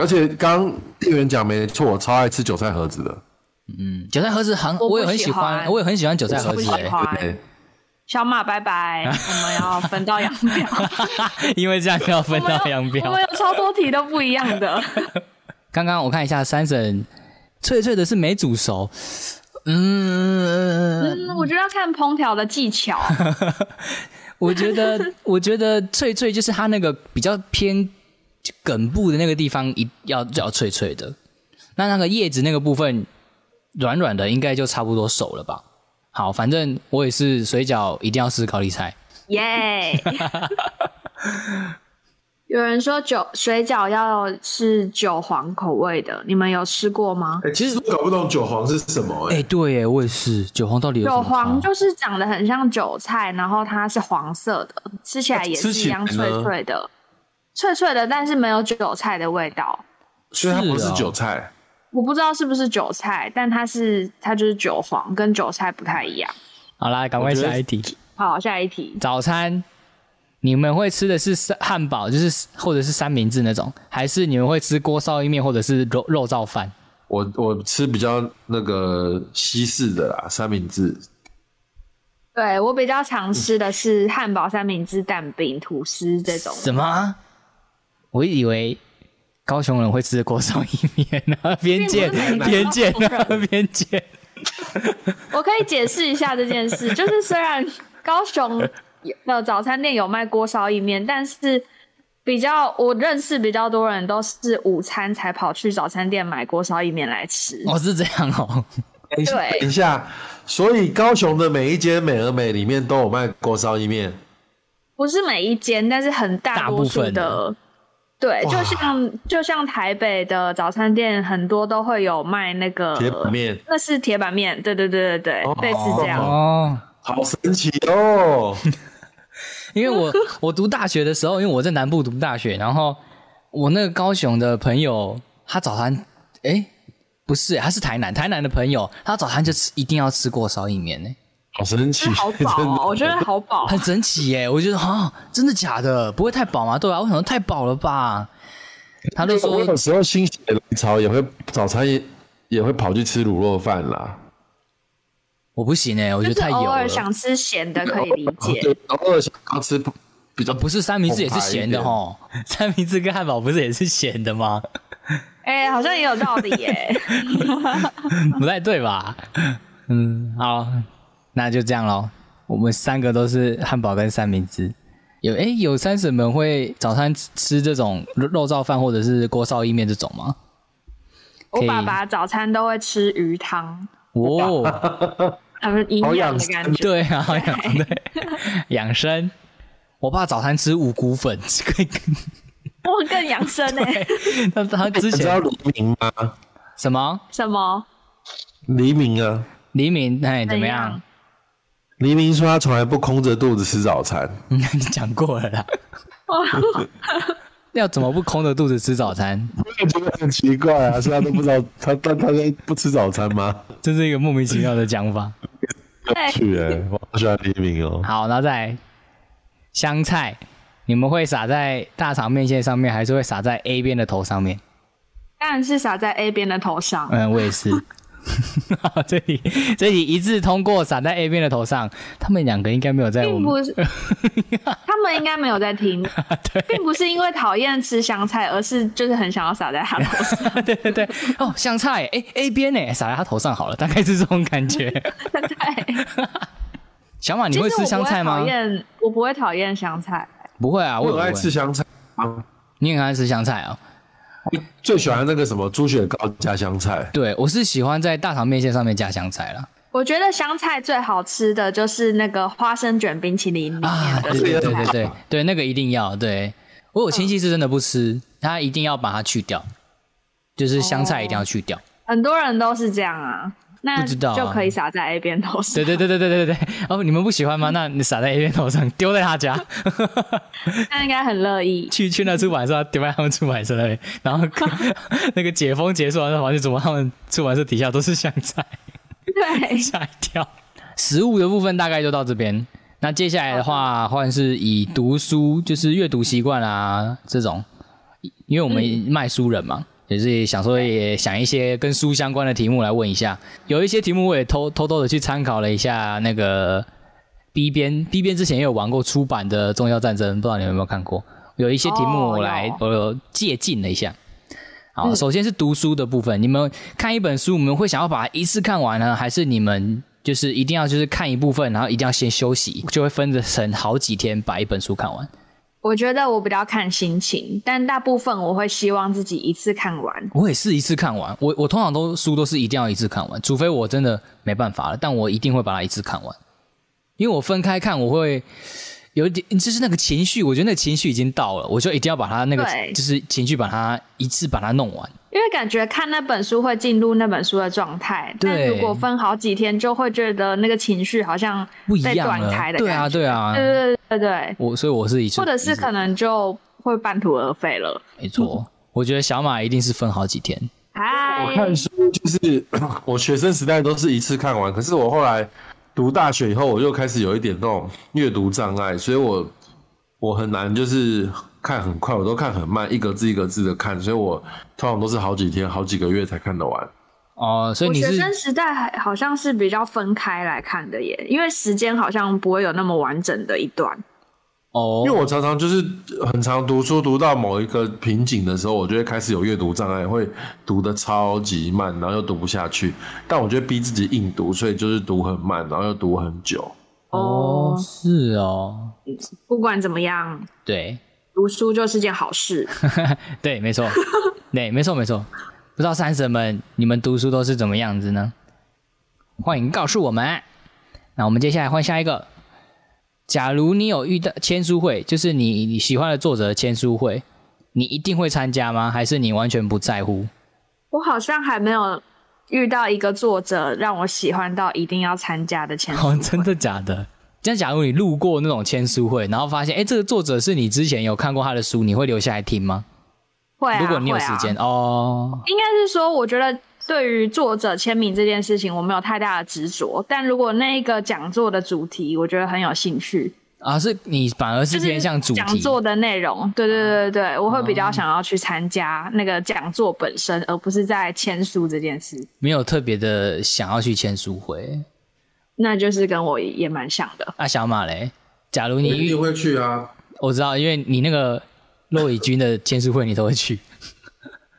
Speaker 3: 而且刚刚店员讲没错，我超爱吃韭菜盒子的。
Speaker 1: 嗯，韭菜盒子很，
Speaker 2: 我不
Speaker 1: 我也很喜
Speaker 2: 喜
Speaker 1: 欢，
Speaker 2: 欢
Speaker 1: 我也很喜欢韭菜
Speaker 2: 我
Speaker 1: 盒
Speaker 2: 不
Speaker 1: 子
Speaker 2: 喜
Speaker 1: 欸，
Speaker 2: 欢
Speaker 3: 对。，
Speaker 2: 小马拜拜，我们要分道扬镳。
Speaker 1: 因为这样要 分
Speaker 2: 我们
Speaker 1: 道
Speaker 2: 有
Speaker 1: 扬
Speaker 2: 我
Speaker 1: 镳
Speaker 2: 们。有超多题都不一样的。
Speaker 1: 刚刚我看一下三婶脆脆的是没煮熟，嗯，
Speaker 2: 嗯，我觉得要看烹调的技巧。
Speaker 1: 我觉得，我觉得脆脆就是它那个比较偏梗部的那个地方，一要要脆脆的。那那个叶子那个部分软软的，应该就差不多熟了吧？好，反正我也是水饺一定要吃高丽菜。
Speaker 2: 耶！有人说酒水饺要是韭黄口味的，你们有吃过吗？
Speaker 5: 哎，其实我搞不懂韭黄是什么
Speaker 3: 欸
Speaker 1: 哎、
Speaker 5: 哎。
Speaker 1: 对耶，我也是。韭黄到底有什
Speaker 2: 韭
Speaker 1: 么差
Speaker 2: 黄就是长得很像韭菜，然后它是黄色的，吃起来也是
Speaker 3: 哎吃
Speaker 2: 一
Speaker 3: 起来
Speaker 2: 样
Speaker 3: 呢
Speaker 2: 脆脆的，脆脆的，但是没有韭菜的味道。
Speaker 3: 所以它不
Speaker 1: 是
Speaker 3: 是
Speaker 1: 哦
Speaker 3: 韭菜，
Speaker 2: 我不知道是不是韭菜，但它是它就是韭黄，跟韭菜不太一样。
Speaker 1: 好啦，赶快
Speaker 3: 我觉得
Speaker 1: 下一题。
Speaker 2: 好，下一题，
Speaker 1: 早餐你们会吃的是三汉堡，就是或者是三明治那种，还是你们会吃锅烧意面或者是肉肉燥饭？
Speaker 3: 我我吃比较那个西式的啦，三明治。
Speaker 2: 对我比较常吃的是汉堡、三明治、蛋饼、吐司这种。
Speaker 1: 什么？我以为高雄人会吃锅烧意面呢、偏见
Speaker 2: 并不是每，个
Speaker 1: 偏见
Speaker 2: 高雄人
Speaker 1: 啊，偏见。
Speaker 2: 我可以解释一下这件 事，就是虽然高雄的早餐店有卖锅烧意面，但是比较我认识比较多人都是午餐才跑去早餐店买锅烧意面来吃。
Speaker 1: 哦，是这样哦。
Speaker 3: 等一下
Speaker 2: 对
Speaker 3: 等一下，所以高雄的每一间美而美里面都有卖锅烧意面。
Speaker 2: 不是每一间，但是很大
Speaker 1: 大部
Speaker 2: 多数
Speaker 1: 分的
Speaker 2: 的。对，
Speaker 3: 哇
Speaker 2: 就像就像台北的早餐店，很多都会有卖那个
Speaker 3: 铁板面，
Speaker 2: 那是铁板面，对对对对对，
Speaker 3: 哦
Speaker 2: 类似这 样。
Speaker 1: 哦，
Speaker 3: 好神奇哦！
Speaker 1: 因为我 我读大学的时候，因为我在南部读大学，然后我那个高雄的朋友，他早餐，哎、不是，他是台南，台南的朋友，他早餐就吃一定要吃锅烧意面呢、
Speaker 3: 好神奇，
Speaker 2: 真的好饱
Speaker 3: 真的
Speaker 2: 哦，我觉得好饱。
Speaker 1: 很神奇耶、我觉得啊，真的假的？不会太饱吗？对啊，我想说太饱了吧？他就
Speaker 3: 我
Speaker 1: 说
Speaker 3: 有时候心血来潮也会早餐也也会跑去吃卤肉饭啦。
Speaker 1: 我不行 哎、我觉
Speaker 2: 就
Speaker 1: 得
Speaker 2: 是
Speaker 1: 太油
Speaker 2: 偶尔
Speaker 1: 了。
Speaker 2: 想吃咸的可以理解，
Speaker 3: 对，偶尔想要吃比较
Speaker 1: 不是三明治也是咸的哦， 三明治跟汉堡不是也是咸的吗？
Speaker 2: 哎、好像也有道理 耶、
Speaker 1: 不太对吧？ 嗯，好，那就这样咯。我们三个都是汉堡跟三明治。有诶，有三婶们会早餐吃吃这种肉肉燥饭或者是锅烧意面这种吗？
Speaker 2: 我
Speaker 1: 可以
Speaker 2: 爸爸早餐都会吃鱼汤，
Speaker 1: 哦，
Speaker 2: 很营
Speaker 3: 好
Speaker 2: 养
Speaker 3: 养
Speaker 2: 的
Speaker 3: 生
Speaker 2: 感觉。
Speaker 1: 对啊，养 生对养生。我爸早餐吃五谷粉，这个
Speaker 2: 我 更养生呢、
Speaker 1: 他他之
Speaker 3: 哎你知道
Speaker 1: 前
Speaker 3: 鲁明吗？
Speaker 1: 什么？
Speaker 2: 什么？
Speaker 4: 黎明啊，
Speaker 1: 黎明，哎，怎么
Speaker 2: 怎
Speaker 1: 样
Speaker 2: 样？
Speaker 4: 黎明说他从来不空着肚子吃早餐，
Speaker 1: 你讲过了啦。哦 要怎么不空着肚子吃早餐？
Speaker 4: 我也觉得很奇怪啊，是他都不知道他他他在不吃早餐吗？
Speaker 1: 这是一个莫名其妙的讲法。
Speaker 2: 对
Speaker 4: 去哎、我好喜欢黎明哦。
Speaker 1: 好，然后再来香菜，你们会撒在大肠面线上面，还是会撒在 A 边的头上面？
Speaker 2: 当然是撒在 A 边的头上。
Speaker 3: 呃
Speaker 1: 嗯，我也是。好 这里这里一致通过，撒在 A 边的头上。他们两个应该没有在我
Speaker 2: 并
Speaker 1: 们
Speaker 2: 不是， 他们应该没有在听，并不是因为讨厌吃香菜，而是就是很想要撒在他头上。
Speaker 1: 对对对，哦，香菜，哎、a 边呢，撒在他头上好了，大概是这种感觉。
Speaker 2: 对，
Speaker 1: 小马，你
Speaker 2: 其
Speaker 1: 会
Speaker 2: 实
Speaker 1: 吃
Speaker 2: 我
Speaker 1: 香
Speaker 2: 不会
Speaker 1: 菜吗
Speaker 2: 讨？厌，我不会讨厌香菜。
Speaker 1: 不会啊，我
Speaker 3: 我
Speaker 1: 也
Speaker 3: 很
Speaker 1: 不
Speaker 3: 爱
Speaker 1: 会
Speaker 3: 吃。香菜，
Speaker 1: 你很爱吃香菜哦？
Speaker 3: 最喜欢那个什么猪血糕加香菜。
Speaker 1: 对，我是喜欢在大肠面线上面加香菜啦。
Speaker 2: 我觉得香菜最好吃的就是那个花生卷冰淇淋里
Speaker 1: 啊，
Speaker 2: 面
Speaker 1: 对对对
Speaker 2: 的香
Speaker 1: 对
Speaker 2: 菜。
Speaker 1: 对对，那个一定要。对我有亲戚是真的不吃，他一定要把它去掉，就是香菜一定要去掉。
Speaker 2: 很多人都是这样啊，那
Speaker 1: 不知道啊
Speaker 2: 就可以撒在 A 边头上
Speaker 1: 对。对对对对对对对。哦，你们不喜欢吗？那你撒在 A 边头上，丢在他家，
Speaker 2: 那应该很乐 意。
Speaker 1: 去去那出版社，丢在他们出版社那里。然后 那个解封结束完之后，发现怎么他们出版社底下都是香菜，
Speaker 2: 对，
Speaker 1: 吓一跳。食物的部分大概就到这边。那接下来的话，换是以读书，就是阅读习惯啊这种，因为我们卖书人嘛，就是想说也想一些跟书相关的题目来问一下。有一些题目我也偷偷偷的去参考了一下那个 B 边 B 边之前也有玩过出版的《宗教战争》，不知道你们有没有看过？有一些题目
Speaker 2: 哦
Speaker 1: 我来、
Speaker 2: 有嗯
Speaker 1: 我有借鉴了一下。好，首先是读书的部分，你们看一本书，你们会想要把它一次看完呢，还是你们就是一定要就是看一部分，然后一定要先休息，就会分着成好几天把一本书看完？
Speaker 2: 我觉得我比较看心情，但大部分我会希望自己一次看完。
Speaker 1: 我也是一次看完，我我通常都书都是一定要一次看完，除非我真的没办法了，但我一定会把它一次看完，因为我分开看我会有一点就是那个情绪，我觉得那个情绪已经到了，我就一定要把它那个
Speaker 2: 对
Speaker 1: 就是情绪把它一次把它弄完。
Speaker 2: 因为感觉看那本书会进入那本书的状态，
Speaker 1: 对
Speaker 2: 但如果分好几天，就会觉得那个情绪好像
Speaker 1: 不一
Speaker 2: 被
Speaker 1: 样
Speaker 2: 断
Speaker 1: 了
Speaker 2: 开，的
Speaker 1: 对
Speaker 2: 感
Speaker 1: 啊
Speaker 2: 觉。
Speaker 1: 对啊，
Speaker 2: 对对对对对，
Speaker 1: 我所以我是一次，
Speaker 2: 或者是可能就会半途而废了。
Speaker 1: 没错，我觉得小马一定是分好几天，
Speaker 2: 嗨
Speaker 3: 我，看书就是 我学生时代都是一次看完，可是我后来读大学以后，我又开始有一点那种阅读障碍，所以我我很难就是看很快，我都看很慢，一个字一个字的看，所以我通常都是好几天、好几个月才看得完。
Speaker 1: 哦，所以
Speaker 2: 我
Speaker 1: 你
Speaker 2: 学
Speaker 1: 是
Speaker 2: 生时代还好像是比较分开来看的耶，因为时间好像不会有那么完整的一段。
Speaker 1: 哦
Speaker 3: 因为我常常就是很常读书，读到某一个瓶颈的时候，我就会开始有阅读障碍，会读的超级慢，然后又读不下去。但我就逼自己硬读，所以就是读很慢，然后又读很久。
Speaker 1: 哦是哦，
Speaker 2: 不管怎么样，
Speaker 1: 对
Speaker 2: 读书就是件好事。
Speaker 1: 对，没 错，对，没错没错。不知道三婶们，你们读书都是怎么样子呢？欢迎告诉我们。那我们接下来换下一个。假如你有遇到签书会，就是你你喜欢的作者的签书会，你一定会参加吗？还是你完全不在 乎？
Speaker 2: 我好像还没有遇到一个作者让我喜欢到一定要参加的前
Speaker 1: 哦，真的假的？这样，假如你路过那种签书会，然后发现，哎、这个作者是你之前有看过他的书，你会留下来听吗？
Speaker 2: 会啊，
Speaker 1: 如果你有
Speaker 2: 会啊
Speaker 1: 时间、哦，
Speaker 2: 应该是说，我觉得对于作者签名这件事情，我没有太大的执着。但如果那一个讲座的主题，我觉得很有兴趣，
Speaker 1: 啊，是你反而是
Speaker 2: 就是
Speaker 1: 偏向主题，哦
Speaker 2: 讲座的内容，对对对对对，我会比较想要去参加那个讲座本身，而不是在签书这件事。
Speaker 1: 没有特别的想要去签书会。
Speaker 2: 那就是跟我也蛮像的。
Speaker 1: 啊，小马嘞，假如你遇，
Speaker 3: 会去啊！
Speaker 1: 我知道，因为你那个骆以军的签书会，你都会去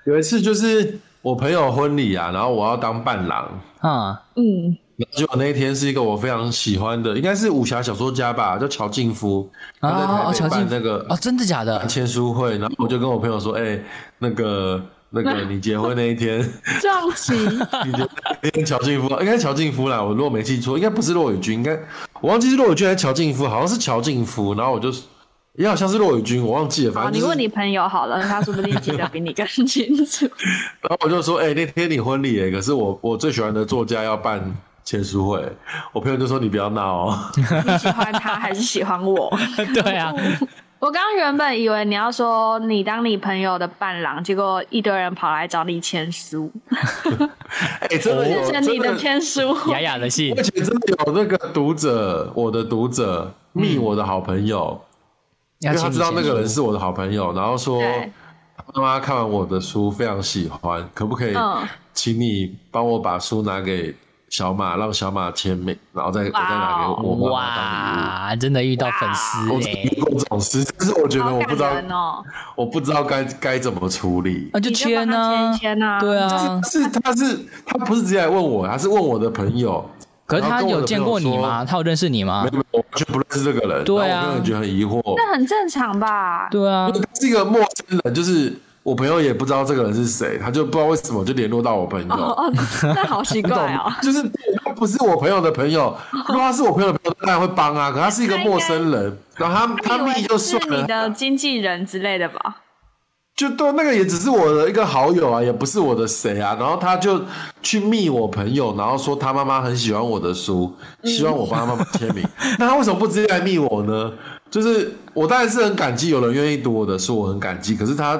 Speaker 3: 有一次就是我朋友婚礼啊，然后我要当伴郎，
Speaker 1: 啊。
Speaker 2: 嗯，
Speaker 3: 结果那一天是一个我非常喜欢的，应该是武侠小说家吧，叫乔劲夫，他在
Speaker 1: 啊，哦
Speaker 3: 台
Speaker 1: 乔
Speaker 3: 北
Speaker 1: 靖
Speaker 3: 办那个
Speaker 1: 哦，真的假 的？
Speaker 3: 签书会，然后我就跟我朋友说，哎、那个 那个你结婚那一天。
Speaker 2: 撞期。
Speaker 3: 乔靖夫，应该是乔靖夫啦。我如果没记错，应该不是骆宇君，应该我忘记是骆宇君还是乔靖夫，好像是乔靖夫。然后我就也好像是骆宇君，我忘记了，反
Speaker 2: 好，哦
Speaker 3: 正、
Speaker 2: 你
Speaker 3: 就是、
Speaker 2: 问你朋友好了，他说不定记得比你更清楚。
Speaker 3: 然后我就说，哎、那天你婚礼耶，可是我我最喜欢的作家要办签书会，我朋友就说你不要闹哦。
Speaker 2: 你喜欢他还是喜欢我？
Speaker 1: 对啊，
Speaker 2: 我刚刚原本以为你要说你当你朋友的伴郎，结果一堆人跑来找你签书，
Speaker 3: 哎、真的
Speaker 2: 谢
Speaker 3: 有
Speaker 2: 谢
Speaker 3: 真
Speaker 2: 哦你的
Speaker 3: 的，
Speaker 2: 签书。
Speaker 1: 雅雅的信
Speaker 3: 而且真的有那个读者，我的读者
Speaker 2: 嗯
Speaker 3: 密我的好朋友，因
Speaker 1: 要
Speaker 3: 为他
Speaker 1: 请
Speaker 3: 知道那个
Speaker 1: 你
Speaker 3: 人
Speaker 1: 先
Speaker 3: 是我的好朋友，然后说
Speaker 2: 对，
Speaker 3: 妈妈看完我的书非常喜欢，可不可以
Speaker 2: 嗯
Speaker 3: 请你帮我把书拿给小马，让小马签名，然后再我再拿
Speaker 2: 哦
Speaker 3: 给我妈妈当礼物。
Speaker 1: 哇，真的遇到粉丝
Speaker 3: 我
Speaker 1: 哎、
Speaker 3: 只遇过这种事，但是我觉得
Speaker 2: 哦好
Speaker 3: 我
Speaker 2: 感
Speaker 3: 不知道，
Speaker 2: 人哦！
Speaker 3: 我不知道该该怎么处理。
Speaker 1: 那就
Speaker 2: 你就帮
Speaker 1: 签
Speaker 2: 他
Speaker 1: 啊，
Speaker 2: 签一签啊
Speaker 1: 对啊。
Speaker 3: 是他是他不是直接来问我，他是问我的朋友，
Speaker 1: 可是
Speaker 3: 然
Speaker 1: 他
Speaker 3: 后跟我
Speaker 1: 有
Speaker 3: 的
Speaker 1: 见
Speaker 3: 朋友
Speaker 1: 过你
Speaker 3: 说
Speaker 1: 吗？他有认识你吗
Speaker 3: 没？有，我完全不认识这个人。
Speaker 1: 对啊
Speaker 3: 然后我个人觉得很疑惑，
Speaker 2: 那很正常吧？
Speaker 1: 对啊，
Speaker 3: 他是一个陌生人，就是我朋友也不知道这个人是谁，他就不知道为什么就联络到我朋友。
Speaker 2: 哦哦，
Speaker 1: 啊
Speaker 2: 那好奇
Speaker 3: 你懂
Speaker 2: 怪哦。
Speaker 3: 就是他不是我朋友的朋友，如果他是我朋友的朋友，当然会帮啊。可他是一
Speaker 2: 哦
Speaker 3: 个陌生人，然后 他他
Speaker 2: 以为
Speaker 3: 密就
Speaker 2: 就是
Speaker 3: 算
Speaker 2: 你
Speaker 3: 了，
Speaker 2: 的经纪人之类的吧？
Speaker 3: 就对那个也只是我的一个好友啊，也不是我的谁啊。然后他就去密我朋友，然后说他妈妈很喜欢我的书，
Speaker 1: 嗯
Speaker 3: 希望我帮他妈妈签名。 那他为什么不直接来密我呢？就是我当然是很感激有人愿意读我的书，我很感激。可是他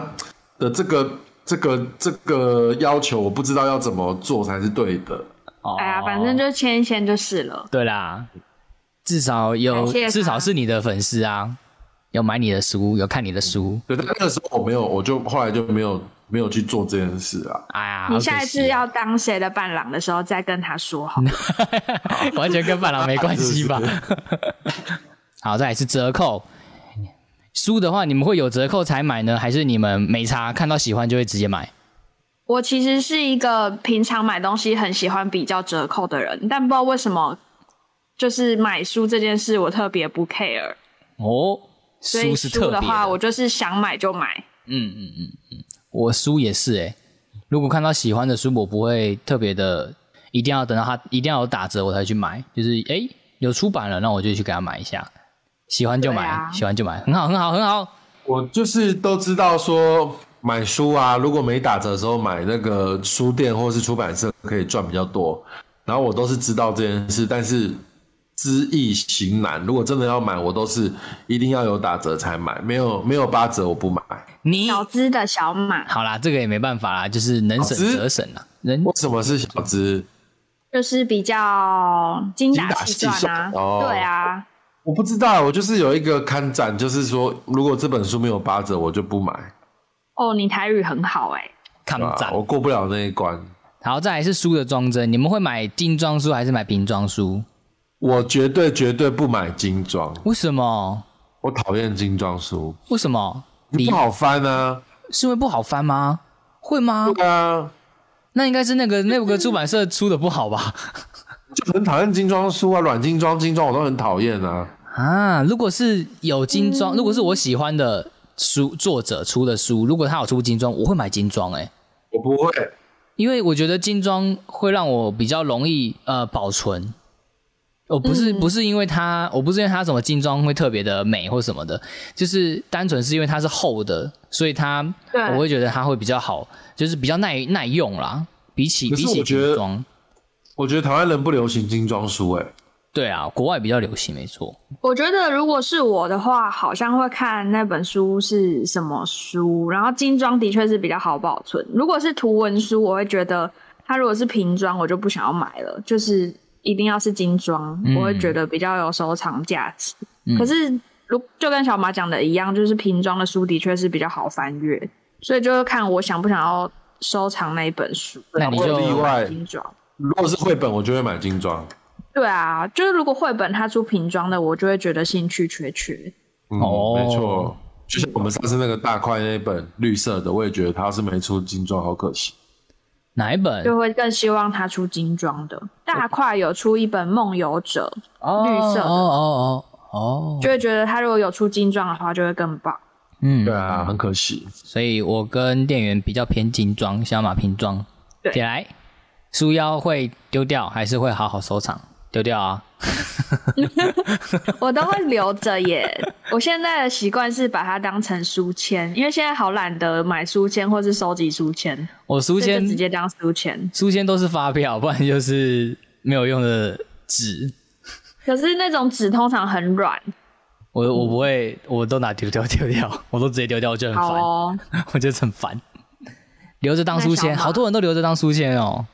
Speaker 3: 的这个这个这个要求，我不知道要怎么做才是对的。
Speaker 1: 哦
Speaker 2: 哎呀，反正就签一签就是了。
Speaker 1: 对啦，至少有
Speaker 2: 感谢他
Speaker 1: 至少是你的粉丝啊，有买你的书，有看你的书。
Speaker 3: 对，但那个时候我没有，我就后来就没有没有去做这件事啊。
Speaker 1: 哎呀，
Speaker 2: 你
Speaker 1: 好
Speaker 2: 下
Speaker 1: 可
Speaker 2: 一
Speaker 1: 惜
Speaker 2: 次要当谁的伴郎的时候，再跟他说好。
Speaker 1: 完全跟伴郎啊没关系 吧？好，再来是折扣。书的话，你们会有折扣才买呢，还是你们没差，看到喜欢就会直接买？
Speaker 2: 我其实是一个平常买东西很喜欢比较折扣的人，但不知道为什么，就是买书这件事我特别不 care，
Speaker 1: 哦，
Speaker 2: 所以
Speaker 1: 书是特
Speaker 2: 书
Speaker 1: 别
Speaker 2: 的话我就是想买就买。
Speaker 1: 嗯嗯嗯嗯，我书也是哎、如果看到喜欢的书，我不会特别的，一定要等到它一定要有打折我才去买，就是哎、诶有出版了，那我就去给它买一下，喜欢就买，
Speaker 2: 对啊
Speaker 1: 喜欢就买，很好很好很好。
Speaker 3: 我就是都知道说买书啊，如果没打折的时候买那个书店或是出版社可以赚比较多。然后我都是知道这件事，但是知易行难。如果真的要买，我都是一定要有打折才买，没有 没有八折我不买。
Speaker 1: 你
Speaker 2: 小资的小买
Speaker 1: 好啦，这个也没办法啦，就是能省
Speaker 3: 老师
Speaker 1: 则省啦，人
Speaker 3: 为什么是小资？
Speaker 2: 就是比较精打细
Speaker 3: 精
Speaker 2: 算
Speaker 3: 打
Speaker 2: 啊，
Speaker 3: 细算哦
Speaker 2: 对啊，
Speaker 3: 我不知道，我就是有一个看展，就是说如果这本书没有八折，我就不买，
Speaker 2: 哦，你台语很好哎、
Speaker 1: 看
Speaker 3: 对吧
Speaker 1: 展。
Speaker 3: 我过不了那一关。
Speaker 1: 然后再来是书的装帧，你们会买精装书还是买瓶装书？
Speaker 3: 我绝对绝对不买精装，
Speaker 1: 为什么？
Speaker 3: 我讨厌精装书，
Speaker 1: 为什么？
Speaker 3: 不好翻啊。
Speaker 1: 是因为不好翻吗？会吗？
Speaker 3: 对啊，
Speaker 1: 那应该是那个那个出版社出的不好吧？
Speaker 3: 就很讨厌精装书啊，软精装、精装我都很讨厌啊。
Speaker 1: 啊，如果是有精装，如果是我喜欢的书作者出的书，如果他有出精装，我会买精装哎、
Speaker 3: 我不会，
Speaker 1: 因为我觉得精装会让我比较容易呃保存。我不
Speaker 2: 嗯
Speaker 1: 是不是因为它，我不是因为它什么精装会特别的美或什么的，就是单纯是因为它是厚的，所以它
Speaker 2: 对
Speaker 1: 我会觉得它会比较好，就是比较耐耐用啦。比起
Speaker 3: 可
Speaker 1: 比
Speaker 3: 是
Speaker 1: 起
Speaker 3: 我觉得
Speaker 1: 精装，
Speaker 3: 我觉得台湾人不流行精装书、欸，
Speaker 1: 对啊，国外比较流行，没错。
Speaker 2: 我觉得如果是我的话，好像会看那本书是什么书，然后精装的确是比较好保存。如果是图文书，我会觉得它如果是瓶装，我就不想要买了，就是一定要是精装，
Speaker 1: 嗯
Speaker 2: 我会觉得比较有收藏价值。
Speaker 1: 嗯
Speaker 2: 可是如就跟小马讲的一样，就是瓶装的书的确是比较好翻阅，所以就是看我想不想要收藏那一本书。
Speaker 1: 那你就
Speaker 2: 我会
Speaker 3: 意外
Speaker 2: 精装。
Speaker 3: 如果是绘本，我就会买精装。
Speaker 2: 对啊，就是如果绘本它出瓶装的，我就会觉得兴趣缺缺。
Speaker 3: 嗯，
Speaker 1: 哦
Speaker 3: 没错，就像我们上次那个大块那本绿色的，我也觉得它是没出精装，好可惜。
Speaker 1: 哪一本？
Speaker 2: 就会更希望他出精装的。大块有出一本《梦游者
Speaker 1: 哦
Speaker 2: 绿色的
Speaker 1: 哦哦哦哦》，，
Speaker 2: 就会觉得他如果有出精装的话，就会更 棒。
Speaker 1: 嗯，
Speaker 3: 对啊，很可惜。
Speaker 1: 所以我跟店员比较偏精装，小马瓶装。
Speaker 2: 对
Speaker 1: 起来，书腰会丢掉还是会好好收藏？丢掉啊，
Speaker 2: 我都会留着耶。我现在的习惯是把它当成书签，因为现在好懒得买书签或是收集书签，
Speaker 1: 我书
Speaker 2: 所以
Speaker 1: 签
Speaker 2: 就直接当书签。
Speaker 1: 书签都是发票，不然就是没有用的纸。
Speaker 2: 可是那种纸通常很软，
Speaker 1: 我我不会，我都拿丢掉丢掉， 我都直接丢掉，我就很
Speaker 2: 好
Speaker 1: 烦，
Speaker 2: 哦。
Speaker 1: 我觉得很烦。留着当书
Speaker 2: 那
Speaker 1: 签，
Speaker 2: 小马
Speaker 1: 好多人都留着当书签哦。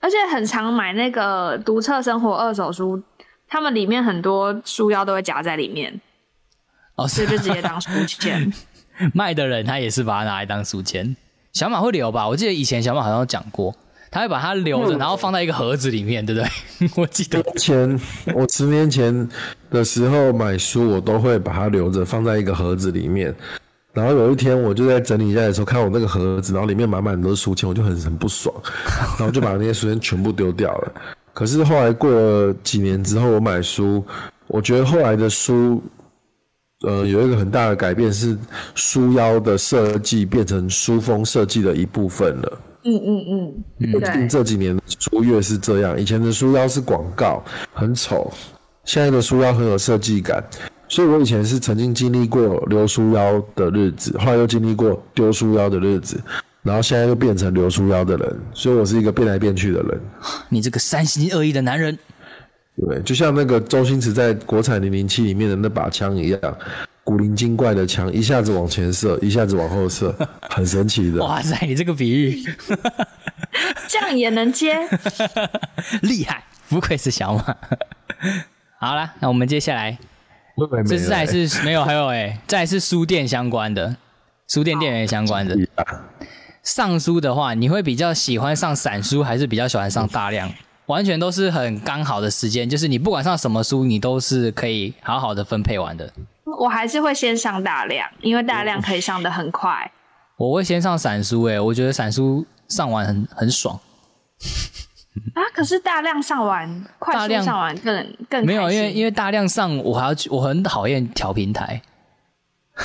Speaker 2: 而且很常买那个独册生活二手书，他们里面很多书腰都会夹在里面，
Speaker 1: 哦，是
Speaker 2: 所以就直接当书 签。
Speaker 1: 卖的人他也是把它拿来当书签。小马会留吧？我记得以前小马好像有讲过，他会把它留着，然后放在一个盒子里面，对不对？ 我记得
Speaker 4: 前
Speaker 3: 我十年前的时候买书，我都会把它留着，放在一个盒子里面。然后有一天，我就在整理家里的时候，看我那个盒子，然后里面满满都是书签，我就很很不爽，然后就把那些书签全部丢掉了。可是后来过了几年之后，我买书，我觉得后来的书，呃，有一个很大的改变是书腰的设计变成书封设计的一部分了。
Speaker 2: 嗯嗯嗯，
Speaker 3: 近
Speaker 2: 对，
Speaker 3: 这几年的书越是这样，以前的书腰是广告，很丑；现在的书腰很有设计感。所以我以前是曾经经历过留书腰的日子，后来又经历过丢书腰的日子，然后现在又变成留书腰的人。所以我是一个变来变去的人。
Speaker 1: 你这个三心二意的男人，
Speaker 3: 对，就像那个周星驰在国产《零零七》里面的那把枪一样，古灵精怪的枪，一下子往前射，一下子往后射，很神奇的。
Speaker 1: 哇塞，你这个比喻
Speaker 2: 这样也能接。
Speaker 1: 厉害，不愧是小马。 好啦，那我们接下来
Speaker 3: 会不会没
Speaker 1: 这
Speaker 3: 了
Speaker 1: 次还是没有，还有哎、欸，这还是书店相关的，书店店员相关的。上书的话，你会比较喜欢上散书，还是比较喜欢上大量？完全都是很刚好的时间，就是你不管上什么书，你都是可以好好的分配完的。
Speaker 2: 我还是会先上大量，因为大量可以上的很快。
Speaker 1: 我会先上散书、欸，我觉得散书上完很很爽。
Speaker 2: 啊，可是大量上完，
Speaker 1: 大
Speaker 2: 快
Speaker 1: 量
Speaker 2: 速上完更更
Speaker 1: 没有，因为因
Speaker 2: 为
Speaker 1: 为大量上，我还要去，我很讨厌调平台。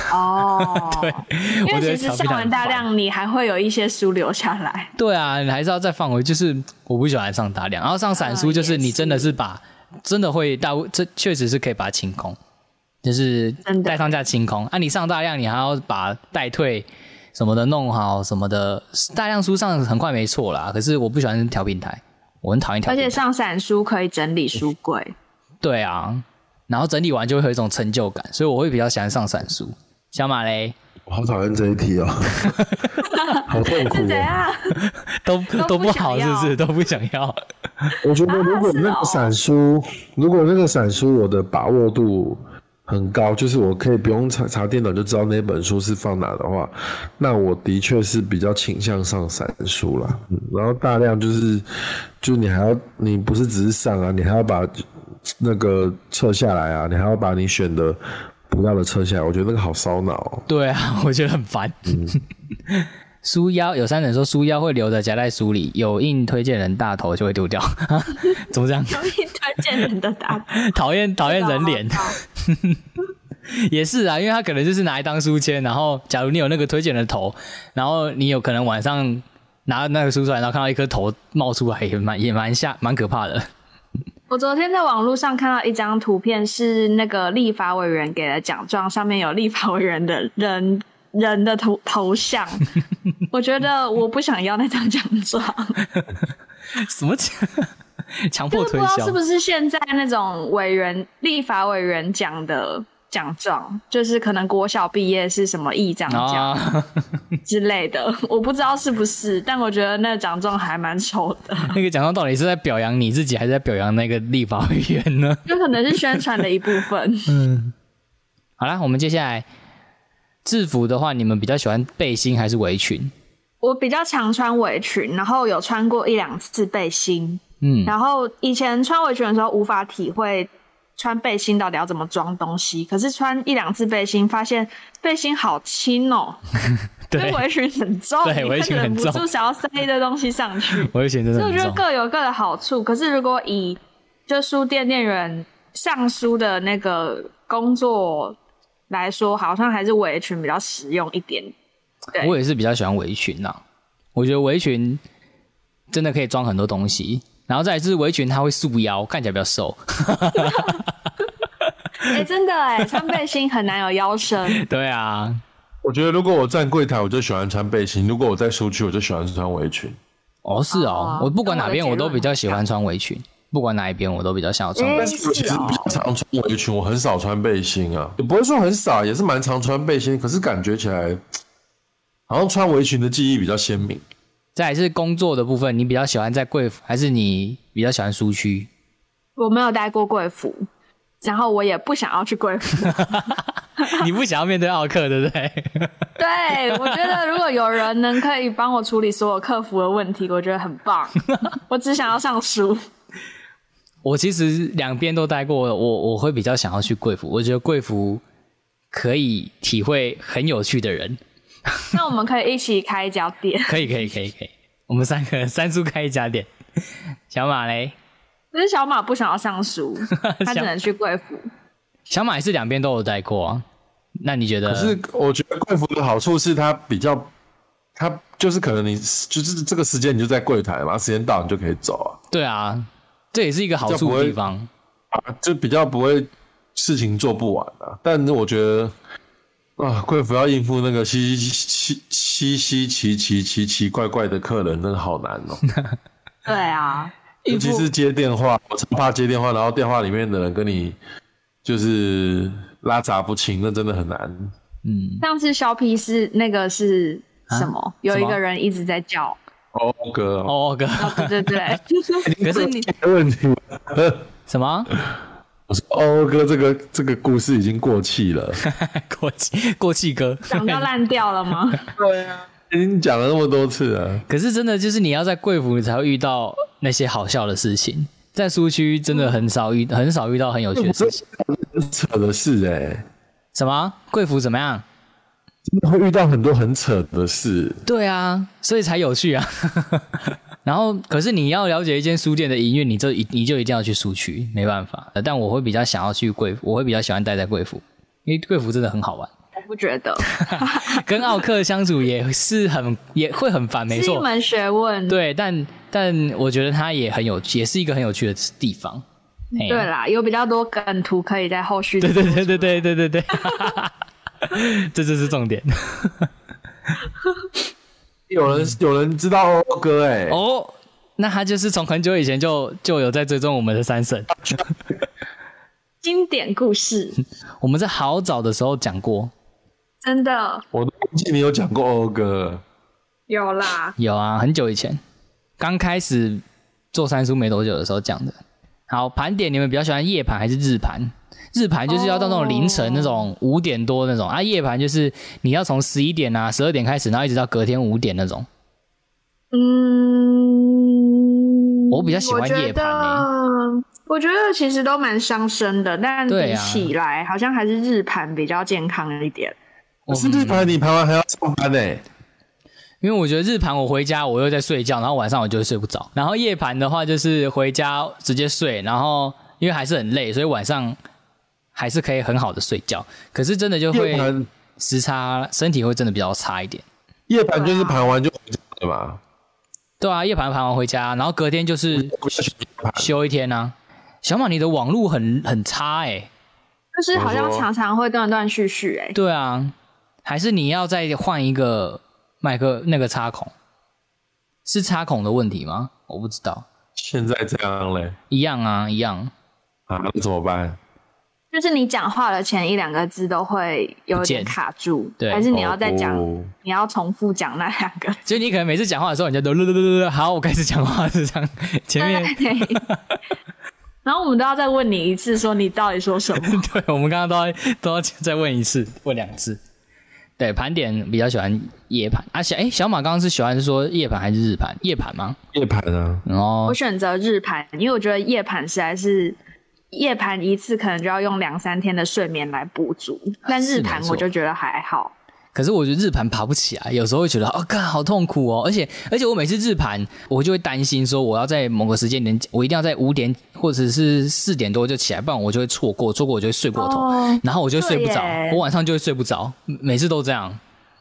Speaker 2: 哦，对，因
Speaker 1: 我
Speaker 2: 为
Speaker 1: 觉得
Speaker 2: 其实
Speaker 1: 调皮
Speaker 2: 上
Speaker 1: 党
Speaker 2: 完
Speaker 1: 很
Speaker 2: 大
Speaker 1: 烦
Speaker 2: 量，你还会有一些书留下来。
Speaker 1: 对啊，你还是要再放回，就是我不喜欢上大量，然后上散书
Speaker 2: 啊
Speaker 1: 就是
Speaker 2: 也
Speaker 1: 你真的
Speaker 2: 是
Speaker 1: 是把真的会大，这确实是可以把它清空，就是
Speaker 2: 真的
Speaker 1: 带上架清空。啊，你上大量，你还要把代退什么的弄好什么的，大量书上很快没错啦。可是我不喜欢调平台，我很讨厌调
Speaker 2: 而
Speaker 1: 平台。
Speaker 2: 且上散书可以整理书 柜，
Speaker 1: 对啊，然后整理完就会有一种成就感，所以我会比较喜欢上散书。小马嘞，
Speaker 3: 我好讨厌这一题哦，好痛苦、
Speaker 2: 是怎
Speaker 3: 哦。
Speaker 2: 样？
Speaker 1: 都
Speaker 2: 都不
Speaker 1: 不
Speaker 2: 想
Speaker 1: 好是不是？
Speaker 2: 要
Speaker 1: 都不想要。
Speaker 3: 我觉得如
Speaker 2: 啊
Speaker 3: 果
Speaker 2: 哦
Speaker 3: 那个闪书，如果那个闪书我的把握度很高，就是我可以不用查查电脑就知道那本书是放哪的话，那我的确是比较倾向上闪书啦。嗯然后大量就是，就你还要你不是只是上啊，你还要把那个撤下来啊，你还要把你选的不要的撤下来，我觉得那个好烧脑哦、
Speaker 1: 对啊，我觉得很烦。
Speaker 2: 嗯
Speaker 1: 书腰有三人说书腰会留着夹在书里，有硬推荐人大头就会丢掉， 怎么这 样？
Speaker 2: 容易推荐人的答 案。
Speaker 1: 讨厌讨厌人脸 也是啊，因为他可能就是拿来当书签，然后假如你有那个推荐人的头，然后你有可能晚上拿那个书出来，然后看到一颗头冒出来，也蛮也蛮吓蛮可怕的。
Speaker 2: 我昨天在网络上看到一张图片，是那个立法委员给的奖状，上面有立法委员的人人的头 头像。我觉得我不想要那张奖状，
Speaker 1: 什么强 强
Speaker 2: 就
Speaker 1: 迫
Speaker 2: 是不
Speaker 1: 推
Speaker 2: 知道
Speaker 1: 销
Speaker 2: 是？不是现在那种委员立法委员奖的奖状，就是可能国小毕业是什么议长奖
Speaker 1: 啊，
Speaker 2: 之类的， 我不知道是不是，但我觉得那个奖状还蛮丑的，
Speaker 1: 那个奖状到底是在表扬你自己，还是在表扬那个立法委员呢？
Speaker 2: 有可能是宣传的一部分。
Speaker 1: 好啦，我们接下来制服的话，你们比较喜欢背心还是围裙？
Speaker 2: 我比较常穿围裙，然后有穿过一两次背心。
Speaker 1: 嗯，
Speaker 2: 然后以前穿围裙的时候无法体会穿背心到底要怎么装东西，可是穿一两次背心，发现背心好 轻哦，因
Speaker 1: 对，
Speaker 2: 为围裙很重，
Speaker 1: 对
Speaker 2: 你会
Speaker 1: 围裙很重
Speaker 2: 忍不住想要塞一堆东西上去。
Speaker 1: 围裙真
Speaker 2: 所
Speaker 1: 的
Speaker 2: 以我
Speaker 1: 很
Speaker 2: 觉得
Speaker 1: 重。
Speaker 2: 各有各的好处，可是如果以就书店店员上书的那个工作来说，好像还是围裙比较实用一点。对
Speaker 1: 我也是比较喜欢围裙呐、我觉得围裙真的可以装很多东西，然后再来就是围裙，它会束腰，看起来比较瘦。
Speaker 2: 哎、 真的哎、穿背心很难有腰身。
Speaker 1: 对啊，
Speaker 3: 我觉得如果我站柜台，我就喜欢穿背心；如果我在书区，我就喜欢穿围裙。
Speaker 1: 哦是哦
Speaker 2: 哦，
Speaker 1: 我不管
Speaker 2: 跟
Speaker 1: 哪
Speaker 2: 我的
Speaker 1: 边
Speaker 2: 结
Speaker 1: 我都
Speaker 2: 论
Speaker 1: 比较
Speaker 2: 很
Speaker 1: 喜欢穿围裙，不管哪一边我都比较想要穿围裙。
Speaker 3: 但是我其实比较常穿围裙，我很少穿背心啊，也不会说很少，也是蛮常穿背心。可是感觉起来，好像穿围裙的记忆比较鲜明。
Speaker 1: 再来是工作的部分，你比较喜欢在贵府，还是你比较喜欢苏区？
Speaker 2: 我没有待过贵妇，然后我也不想要去贵妇。
Speaker 1: 你不想要面对奥克，对不对？
Speaker 2: 对，我觉得如果有人能可以帮我处理所有客服的问题，我觉得很 棒。我只想要上 书。
Speaker 1: 我其实两边都待过，我我会比较想要去贵府，我觉得贵府可以体会很有趣的人，
Speaker 2: 那我们可以一起开一家店。
Speaker 1: 可以可以可以可以，我们三个三叔开一家店，小马嘞，
Speaker 2: 可是小马不想要上 书，他只能去贵 妇。
Speaker 1: 小马也是两边都有待过啊，那你觉得？
Speaker 3: 可是我觉得贵妇的好处是它比较，它就是可能你就是这个时间你就在柜台嘛，时间到你就可以走啊。
Speaker 1: 对啊，这也是一个好
Speaker 3: 比较
Speaker 1: 处
Speaker 3: 不
Speaker 1: 的
Speaker 3: 会
Speaker 1: 地方。
Speaker 3: 啊，就比较不会事情做不完啊。但是我觉得啊，贵妇要应付那个稀稀稀稀奇奇奇奇怪怪的客人，真的好难哦。
Speaker 2: 对啊，
Speaker 3: 尤其是接电话，我超怕接电话，然后电话里面的人跟你就是拉杂不清，那真的很难。
Speaker 2: 上次削皮是那个是什么？有一个人一直在叫。
Speaker 3: 哦，哥哦，
Speaker 1: 哦哥，
Speaker 2: 对对 对，
Speaker 1: 可是你
Speaker 3: 没问题。
Speaker 1: 什么
Speaker 3: 我说哦，哥，这个这个故事已经过气了。
Speaker 1: 过气过气哥？
Speaker 2: 长到烂掉了 吗？
Speaker 3: 对啊，已经讲了那么多次了。
Speaker 1: 可是真的就是你要在贵府，你才会遇到那些好笑的事情，在苏区真的很少遇，很少遇到很有趣的事 情。
Speaker 3: 很扯的事哎、欸，
Speaker 1: 什么贵府怎么样？
Speaker 3: 真的会遇到很多很扯的事。
Speaker 1: 对啊，所以才有趣啊。 然后，可是你要了解一间书店的营运，你就一你就一定要去苏区，没办法。呃但我会比较想要去贵府，我会比较喜欢待在贵府，因为贵府真的很好 玩，
Speaker 2: 我不觉得，
Speaker 1: 跟奥克相处也是很也会很烦，没
Speaker 2: 是一
Speaker 1: 错。
Speaker 2: 门学问。
Speaker 1: 对，但但我觉得它也很有，也是一个很有趣的地方。嘿
Speaker 2: 对啦，有比较多梗图可以在后续。
Speaker 1: 哎对对对对对对对 对，这就是重 点。
Speaker 3: 有人有人知道欧哥哎、欸，
Speaker 1: 嗯哦，那他就是从很久以前就就有在追踪我们的三省，
Speaker 2: 经典 故事，
Speaker 1: 我们在好早的时候讲过，
Speaker 2: 真的
Speaker 3: 我都忘记你有讲过欧哥了。
Speaker 2: 有啦。
Speaker 1: 有啊，很久以前，刚开始做三叔没多久的时候讲的。好，盘点你们比较喜欢夜盘还是日盘？日盘就是要到那种凌晨那
Speaker 3: 哦
Speaker 1: 种五点多那种、啊，夜盘就是你要从十一点啊十二点开始，然后一直到隔天五点那种。
Speaker 2: 嗯，
Speaker 1: 我比较喜欢夜盘欸
Speaker 2: 我觉得我觉得其实都蛮伤身的，但
Speaker 1: 对
Speaker 2: 比
Speaker 1: 啊
Speaker 2: 起来好像还是日盘比较健康一点。
Speaker 1: 哦
Speaker 3: 可是日
Speaker 1: 嗯
Speaker 3: 盘你盘完还要上班哎、
Speaker 1: 因为我觉得日盘我回家我又在睡觉，然后晚上我就会睡不着。然后夜盘的话就是回家直接睡，然后因为还是很累，所以晚上还是可以很好的睡觉。可是真的就
Speaker 3: 夜
Speaker 1: 会啊
Speaker 3: 盘
Speaker 1: 时差，身体会真的比较差一点。
Speaker 3: 夜盘就是盘完就回家了嘛，
Speaker 1: 对啊，夜盘盘完回家，然后隔天就是
Speaker 3: 不要去夜盘。
Speaker 1: 休一天啊。小马，你的网路很很差哎、
Speaker 2: 就是好像
Speaker 3: 我说
Speaker 2: 常常会断断续续、欸，哎，
Speaker 1: 对啊，还是你要再换一个麦克那个插孔？是插孔的问题吗？我不知道，
Speaker 3: 现在这样嘞，
Speaker 1: 一样啊，一样。
Speaker 3: 啊，那怎么办？
Speaker 2: 就是你讲话的前一两个字都会有点
Speaker 1: 不见
Speaker 2: 卡住，
Speaker 1: 对
Speaker 2: 还是你要再讲，
Speaker 3: 哦
Speaker 2: 你要重复讲那两个字。
Speaker 1: 所以你可能每次讲话的时候，你就嘟嘟嘟嘟嘟，好，我开始讲话是这样。前面
Speaker 2: 对。 然后我们都要再问你一次，说你到底说什么？
Speaker 1: 对， 我们刚刚都要都要再问一次，问两次。对，盘点比较喜欢夜盘啊，小哎、小马刚刚是喜欢说夜盘还是日盘？夜盘吗？
Speaker 3: 夜盘啊，
Speaker 1: 然后
Speaker 2: 我选择日盘，因为我觉得夜盘实在是夜盘一次可能就要用两三天的睡眠来补足，但
Speaker 1: 啊是
Speaker 2: 日盘
Speaker 1: 没错
Speaker 2: 我就觉得还好。
Speaker 1: 可是我觉得日盘爬不起来，有时候会觉得哦，干好痛苦哦，而且而且我每次日盘，我就会担心说我要在某个时间点，我一定要在五点或者是四点多就起来，不然我就会错过，错过我就会睡过头，
Speaker 2: 哦
Speaker 1: 然后我就会睡不着
Speaker 2: 对耶，
Speaker 1: 我晚上就会睡不着，每次都这样。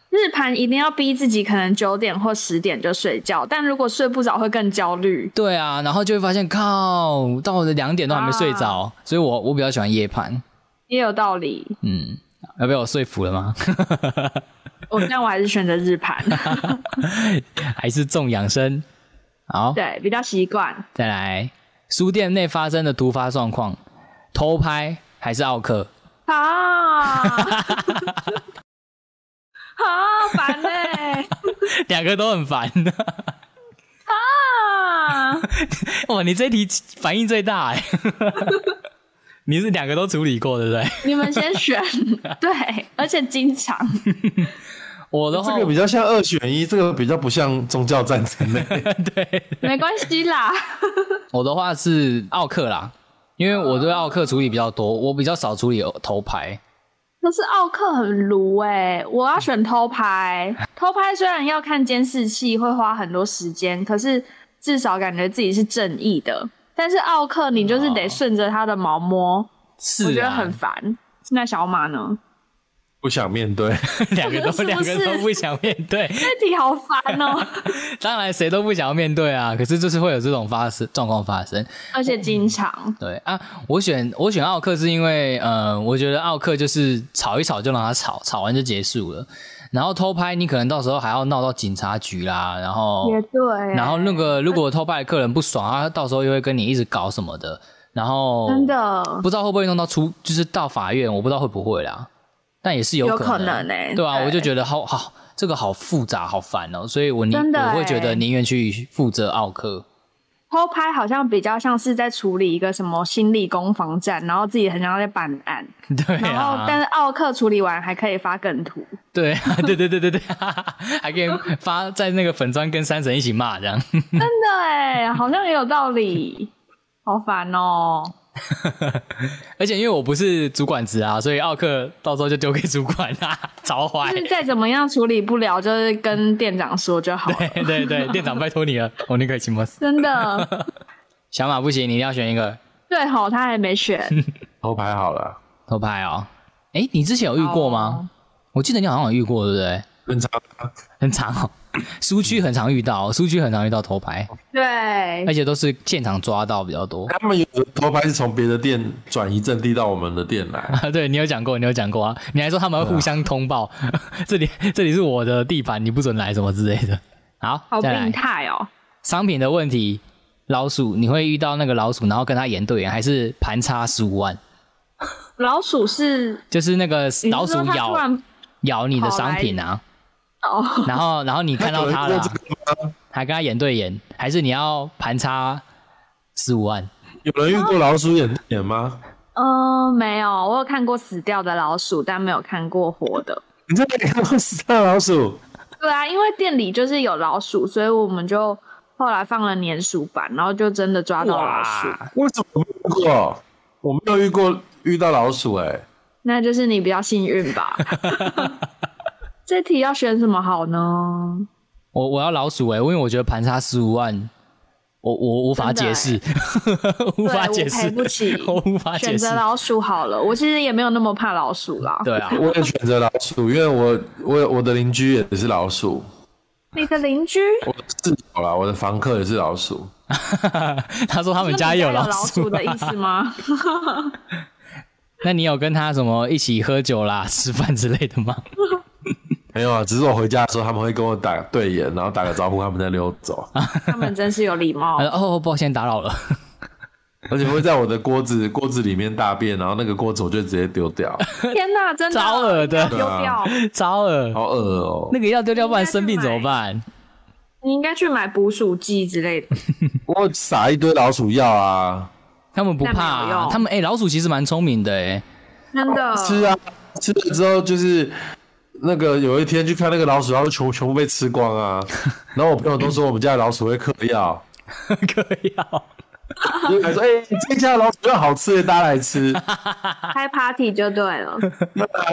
Speaker 2: 日盘一定要逼自己，可能九点或十点就睡觉，但如果睡不着会更焦虑。
Speaker 1: 对啊，然后就会发现靠，到我的两点都还没睡着，
Speaker 2: 啊
Speaker 1: 所以我我比较喜欢夜盘。
Speaker 2: 也有道理，
Speaker 1: 嗯，要被我说服了吗？
Speaker 2: 我 但我还是选择日盘，
Speaker 1: 还是重养生？好，
Speaker 2: 对，比较习惯。
Speaker 1: 再来，书店内发生的突发状况，偷拍还是奥克？
Speaker 2: 啊， 好烦呢、欸
Speaker 1: 两个都很烦。
Speaker 2: 啊，
Speaker 1: 哇，你这一题反应最大哎、 你是两个都处理过，对不对？
Speaker 2: 你们先选， 对，而且经常
Speaker 1: 我的话，
Speaker 3: 这个比较像二选一，这个比较不像宗教战争哎类。
Speaker 2: 没关系啦。
Speaker 1: 我的话是奥克啦，因为我对奥克处理比较多，我比较少处理头牌。
Speaker 2: 可是奥克很卢哎、我要选偷拍。偷拍虽然要看监视器，会花很多时间，可是至少感觉自己是正义的。但是奥克，你就是得顺着他的毛摸，
Speaker 1: 是啊，
Speaker 2: 我觉得很烦。那小马呢？
Speaker 3: 不想面对，
Speaker 1: 两个都
Speaker 2: 是不是
Speaker 1: 两个都不想面对，
Speaker 2: 这题好烦哦、
Speaker 1: 当然谁都不想要面对啊。可是就是会有这种发生状况发生。
Speaker 2: 而且经常
Speaker 1: 对啊，我选我选奥克是因为，呃，我觉得奥克就是吵一吵就让他吵，吵完就结束了。然后偷拍，你可能到时候还要闹到警察局啦，然后
Speaker 2: 也对。
Speaker 1: 哦然后那个如果偷拍的客人不爽啊，他到时候又会跟你一直搞什么的，然后
Speaker 2: 真的
Speaker 1: 不知道会不会弄到出，就是到法院，我不知道会不会啦，但也是
Speaker 2: 有
Speaker 1: 可
Speaker 2: 可能欸
Speaker 1: 对啊，
Speaker 2: 对
Speaker 1: 我就觉得好好，这个好复杂，好烦哦，所以我宁
Speaker 2: 真的
Speaker 1: 我会觉
Speaker 2: 欸
Speaker 1: 得宁愿去负责奥克，
Speaker 2: 偷拍好像比较像是在处理一个什么心理攻防战，然后自己很像在办案，
Speaker 1: 对
Speaker 2: 然后
Speaker 1: 啊，
Speaker 2: 但是奥克处理完还可以发梗图。
Speaker 1: 对 啊，对对对对对，还可以发在那个粉砖跟山神一起骂这样，
Speaker 2: 真的哎，好像也有道理，好烦哦、
Speaker 1: 而且因为我不是主管职啊，所以奥克到时候就丢给主管啊， 吵坏
Speaker 2: 就。是再怎么样处理不了，就是跟店长说就好了。
Speaker 1: 对对对，店长拜托你了，我那个请吗？
Speaker 2: 真的，
Speaker 1: 小马不行，你一定要选一个
Speaker 2: 对吼，他还没选，
Speaker 3: 偷拍好了，
Speaker 1: 偷拍哦。哎，你之前有遇过
Speaker 2: 哦
Speaker 1: 吗？我记得你好像有遇过，对不对？
Speaker 3: 很长。
Speaker 1: 很常哦， 苏区很常遇到哦，苏区很常遇到偷拍，
Speaker 2: 哦对
Speaker 1: 而，且都是现场抓到比较多。
Speaker 3: 他们有的偷拍是从别的店转移阵地到我们的店来，
Speaker 1: 啊，对你有讲过，你有讲过啊，你还说他们会互相通报， 这里这里是我的地盘，你不准来什么之类的。好，
Speaker 2: 好
Speaker 1: 再
Speaker 2: 病
Speaker 1: 来
Speaker 2: 态哦、
Speaker 1: 商品的问题，老鼠你会遇到那个老鼠，然后跟他演对眼，还是盘差十五万？
Speaker 2: 老鼠是
Speaker 1: 就是那个
Speaker 2: 你是
Speaker 1: 老鼠
Speaker 2: 说它突
Speaker 1: 咬
Speaker 2: 然
Speaker 1: 咬你的商品啊，
Speaker 2: 哦，
Speaker 1: 然后然后你 看到他
Speaker 3: 有人
Speaker 1: 了啊
Speaker 3: 做，这个吗
Speaker 1: 还跟他眼对眼，还是你要盘差十五万？
Speaker 3: 有人遇过老鼠眼眼吗？
Speaker 2: 嗯、没有，我有看过死掉的老鼠，但没有看过活的。
Speaker 3: 你在哪里看过死掉的老鼠？
Speaker 2: 对啊，因为店里就是有老鼠，所以我们就后来放了粘鼠板，然后就真的抓到老鼠。
Speaker 3: 为什么没有遇过？我没有遇过遇到老鼠哎、
Speaker 2: 那就是你比较幸运 吧。这题要选什么好呢？
Speaker 1: 我我要老鼠哎、因为我觉得盘差十五万，我我无法解释， 无法解释，
Speaker 2: 欸对我赔不起
Speaker 1: 我无法
Speaker 2: 选
Speaker 1: 解释
Speaker 2: 择。老鼠好了，我其实也没有那么怕老鼠啦。
Speaker 1: 对啊，
Speaker 3: 我也选择老鼠，因为我我我的邻居也是老鼠，
Speaker 2: 你的邻居，
Speaker 3: 我的室友啦，我的房客也是老鼠。
Speaker 1: 他说他
Speaker 2: 他
Speaker 1: 们家也
Speaker 2: 有
Speaker 1: 老啊
Speaker 2: 鼠的意思吗？
Speaker 1: 那你有跟他什么一起喝酒啦、吃饭之类的 吗？
Speaker 3: 没有啊，只是我回家的时候他们会跟我打对眼，然后打个招呼，他们再溜走，
Speaker 2: 他们真是有礼貌
Speaker 1: 他。说哦，抱歉打扰 了。
Speaker 3: 而且会在我的锅子锅子里面大便，然后那个锅子我就直接丢掉，
Speaker 2: 天哪，真的哦
Speaker 1: 招耳的啊
Speaker 2: 要 丢掉！
Speaker 1: 糟了，
Speaker 3: 好恶哦、
Speaker 1: 那个要丢掉，不然生病怎么办？
Speaker 2: 你应该去买捕鼠剂之 类的。
Speaker 3: 我撒一堆老鼠药啊，
Speaker 1: 他们不怕、
Speaker 2: 那没有
Speaker 1: 啊，
Speaker 2: 用
Speaker 1: 他们哎、老鼠其实蛮聪明的哎、
Speaker 2: 真的，
Speaker 3: 吃啊，吃了之后就是那个有一天去看那个老鼠，然后全全部被吃光 啊。然后我朋友都说我们家的老鼠会嗑药，
Speaker 1: 可以
Speaker 2: 哦
Speaker 1: 啊。
Speaker 3: 就还说哎、这家的老鼠药好吃耶，大家来吃，
Speaker 1: 啊
Speaker 2: 开 party 就对了。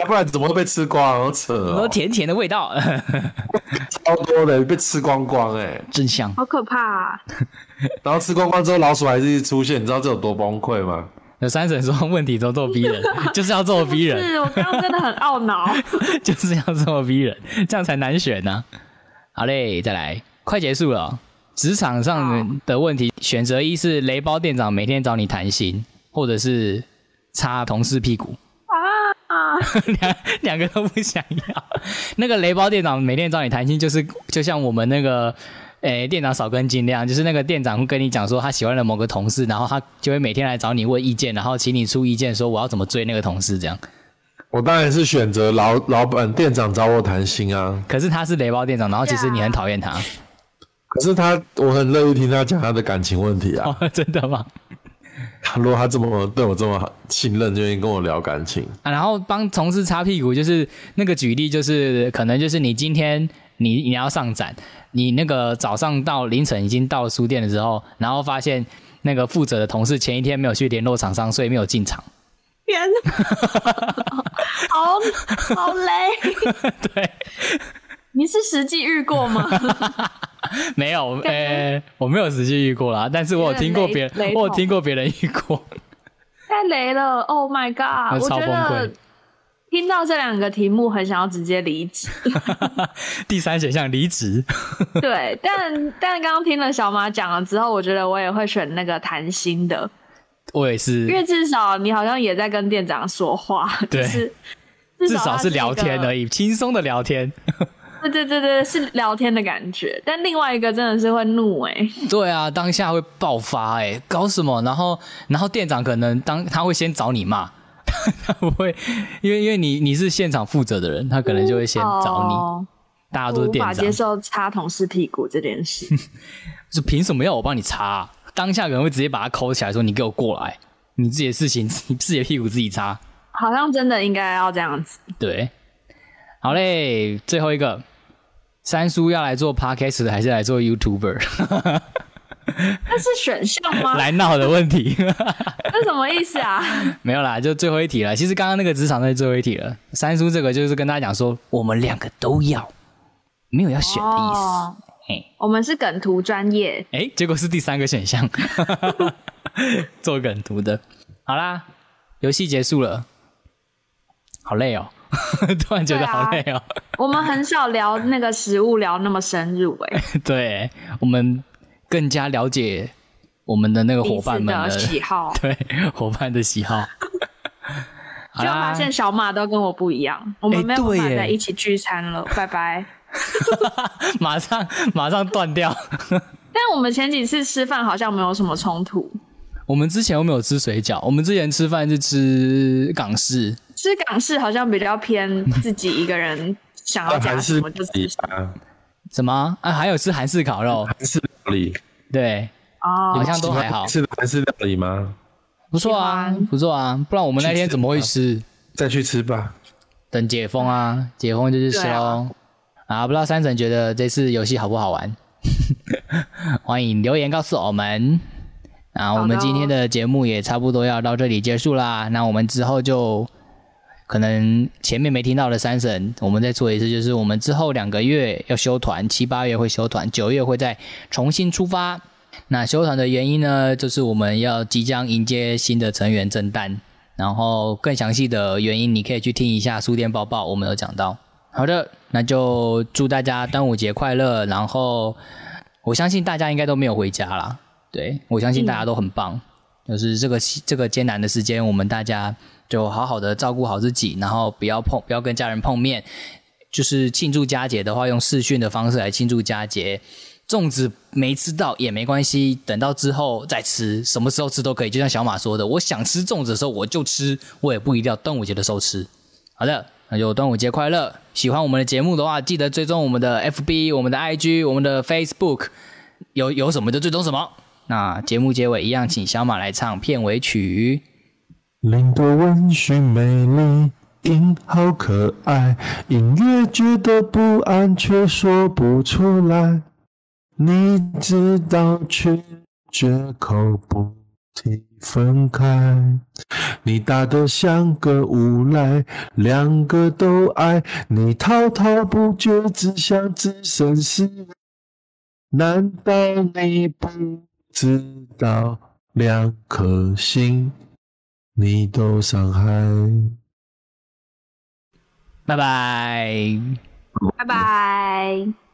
Speaker 3: 不然怎么会被吃光？好扯、
Speaker 1: 我说
Speaker 3: 哦，
Speaker 1: 甜甜的味道，
Speaker 3: 超多的被吃光光哎、
Speaker 1: 真香。
Speaker 2: 好可怕啊、
Speaker 3: 然后吃光光之后，老鼠还是一直出现，你知道这有多崩溃吗？
Speaker 1: 那山神说问题都这么逼人， 就是要这么逼人，
Speaker 2: 是我刚刚真的很 懊恼。
Speaker 1: 就是要这么逼人，这样才难选呢、好嘞，再来，快结束了哦。职场上的问题，选择一是雷包店长每天找你谈心，或者是擦同事屁股。
Speaker 2: 啊，
Speaker 1: 两两个都不想要。那个雷包店长每天找你谈心，就是就像我们那个。诶、店长少根筋那样，就是那个店长会跟你讲说他喜欢了某个同事，然后他就会每天来找你问意见，然后请你出意见，说我要怎么追那个同事这样。
Speaker 3: 我当然是选择老老板店长找我谈心啊，
Speaker 1: 可是他是雷包店长，然后其实你很讨厌他，
Speaker 3: 可是他我很乐意听他讲他的感情问题啊。
Speaker 1: 哦，真的吗？
Speaker 3: 他如果他这么对我这么信任，就愿意跟我聊感情，
Speaker 1: 啊，然后帮同事擦屁股，就是那个举例，就是可能就是你今天你你要上展，你那个早上到凌晨已经到书店的时候，然后发现那个负责的同事前一天没有去联络厂商，所以没有进 场。
Speaker 2: 天 哪，好好累。
Speaker 1: 对，
Speaker 2: 你是实际遇过吗？
Speaker 1: 没有，呃、我没有实际遇过啦，但是我有听过别
Speaker 2: 有点雷
Speaker 1: 人，
Speaker 2: 雷同
Speaker 1: 我有听过别人遇过，
Speaker 2: 太雷了！Oh my
Speaker 1: 那
Speaker 2: god！我
Speaker 1: 超
Speaker 2: 觉
Speaker 1: 崩
Speaker 2: 得
Speaker 1: 溃。
Speaker 2: 听到这两个题目，很想要直接离 职。
Speaker 1: 第三选项离职，
Speaker 2: 对，但但刚刚听了小马讲了之后，我觉得我也会选那个谈心的，
Speaker 1: 我也
Speaker 2: 因为
Speaker 1: 是，
Speaker 2: 至少你好像也在跟店长说话，
Speaker 1: 对
Speaker 2: 就是
Speaker 1: 至少是聊天而
Speaker 2: 已。
Speaker 1: 已，轻松的聊天。
Speaker 2: 对对对对，是聊天的感觉。但另外一个真的是会怒哎、
Speaker 1: 对啊，当下会爆发哎、搞什么？然后，然后店长可能当他会先找你骂， 他不会，因为因为你你是现场负责的人，他可能就会先找你。
Speaker 2: 哦
Speaker 1: 大家都
Speaker 2: 我
Speaker 1: 是
Speaker 2: 无
Speaker 1: 店
Speaker 2: 法
Speaker 1: 长
Speaker 2: 接，受擦同事屁股这 件事。
Speaker 1: 就凭什么要我帮你擦啊、当下可能会直接把他抠起来说：“你给我过来，你自己的事情，你自己的屁股自己擦。
Speaker 2: 好像真的应该要这样子。”
Speaker 1: 对，好嘞，最后一个，三叔要来做 podcast 的还是来做 YouTuber？
Speaker 2: 那是选项吗？
Speaker 1: 来闹的问题。
Speaker 2: 这什么意 思啊？
Speaker 1: 没有啦，就最后一题了。其实刚刚那个职场在最后一题了。三叔这个就是跟大家讲说，我们两个都要，没有要选的意思。
Speaker 2: 哦
Speaker 1: 嘿，
Speaker 2: 我们是梗图专业，
Speaker 1: 哎、结果是第三个选项， 做梗图的。好啦，游戏结束了，好累哦， 突然觉得好累哦。
Speaker 2: 我们很少聊那个食物聊那么深入哎、
Speaker 1: 对我们更加了解我们的那个
Speaker 2: 彼
Speaker 1: 伙
Speaker 2: 此
Speaker 1: 伴们
Speaker 2: 的
Speaker 1: 的
Speaker 2: 喜好，
Speaker 1: 对伙伴的喜 好。好
Speaker 2: 就
Speaker 1: 啦
Speaker 2: 发现小马都跟我不一样，我
Speaker 1: 哎
Speaker 2: 们没有办法
Speaker 1: 对耶
Speaker 2: 在一起聚餐了，拜拜。
Speaker 1: 马上马上断掉。
Speaker 2: 但我们前几次吃饭好像没有什么冲突，
Speaker 1: 我们之前又没有吃水饺，我们之前吃饭是吃港式，
Speaker 2: 吃港式好像比较偏自己一个人想 要
Speaker 3: 那
Speaker 2: 加
Speaker 3: 还
Speaker 2: 什
Speaker 3: 是
Speaker 2: 么就
Speaker 3: 理
Speaker 2: 吃
Speaker 3: 啊，
Speaker 1: 什么啊，还有吃韩式烤肉，
Speaker 3: 韩式料理，
Speaker 1: 对，好
Speaker 2: 哦。
Speaker 1: 像都还好，
Speaker 3: 是韩式料理吗？
Speaker 1: 不错啊
Speaker 2: 喜欢，
Speaker 1: 不错啊，不然我们那天怎么会吃？
Speaker 3: 再去吃吧。
Speaker 1: 等解封啊，解封就是吃喽。啊，不知道三婶觉得这次游戏好不好玩？欢迎留言告诉我们。啊，我们今天的节目也差不多要到这里结束啦。那我们之后就可能前面没听到的三婶，我们再做一次，就是我们之后两个月要休团，七八月会休团，九月会再重新出发。那休团的原因呢，就是我们要即将迎接新的成员正旦，然后更详细的原因你可以去听一下书店报报，我们有讲到。好的，那就祝大家端午节快乐，然后我相信大家应该都没有回家啦，对我相信大家都很棒。就是这个这个艰难的时间，我们大家就好好的照顾好自己，然后不要碰，不要跟家人碰面。就是庆祝佳节的话，用视讯的方式来庆祝佳节。粽子没吃到也没关系，等到之后再吃，什么时候吃都可以。就像小马说的，我想吃粽子的时候我就吃，我也不一定要端午节的时候吃。好的，那就端午节快乐！喜欢我们的节目的话，记得追踪我们的 FB、我们的 IG、我们的 Facebook，有有什么就追踪什么。那节目结尾一样，请小马来唱片尾曲。
Speaker 4: 林多温驯美丽，鹰好可爱，隐约觉得不安，却说不出来。你知道，却绝口不提分开。你大得像个无赖，两个都爱，你滔滔不绝，只想置身事外。难道你不知道，两颗心你都伤害。
Speaker 1: 拜拜。
Speaker 2: 拜拜。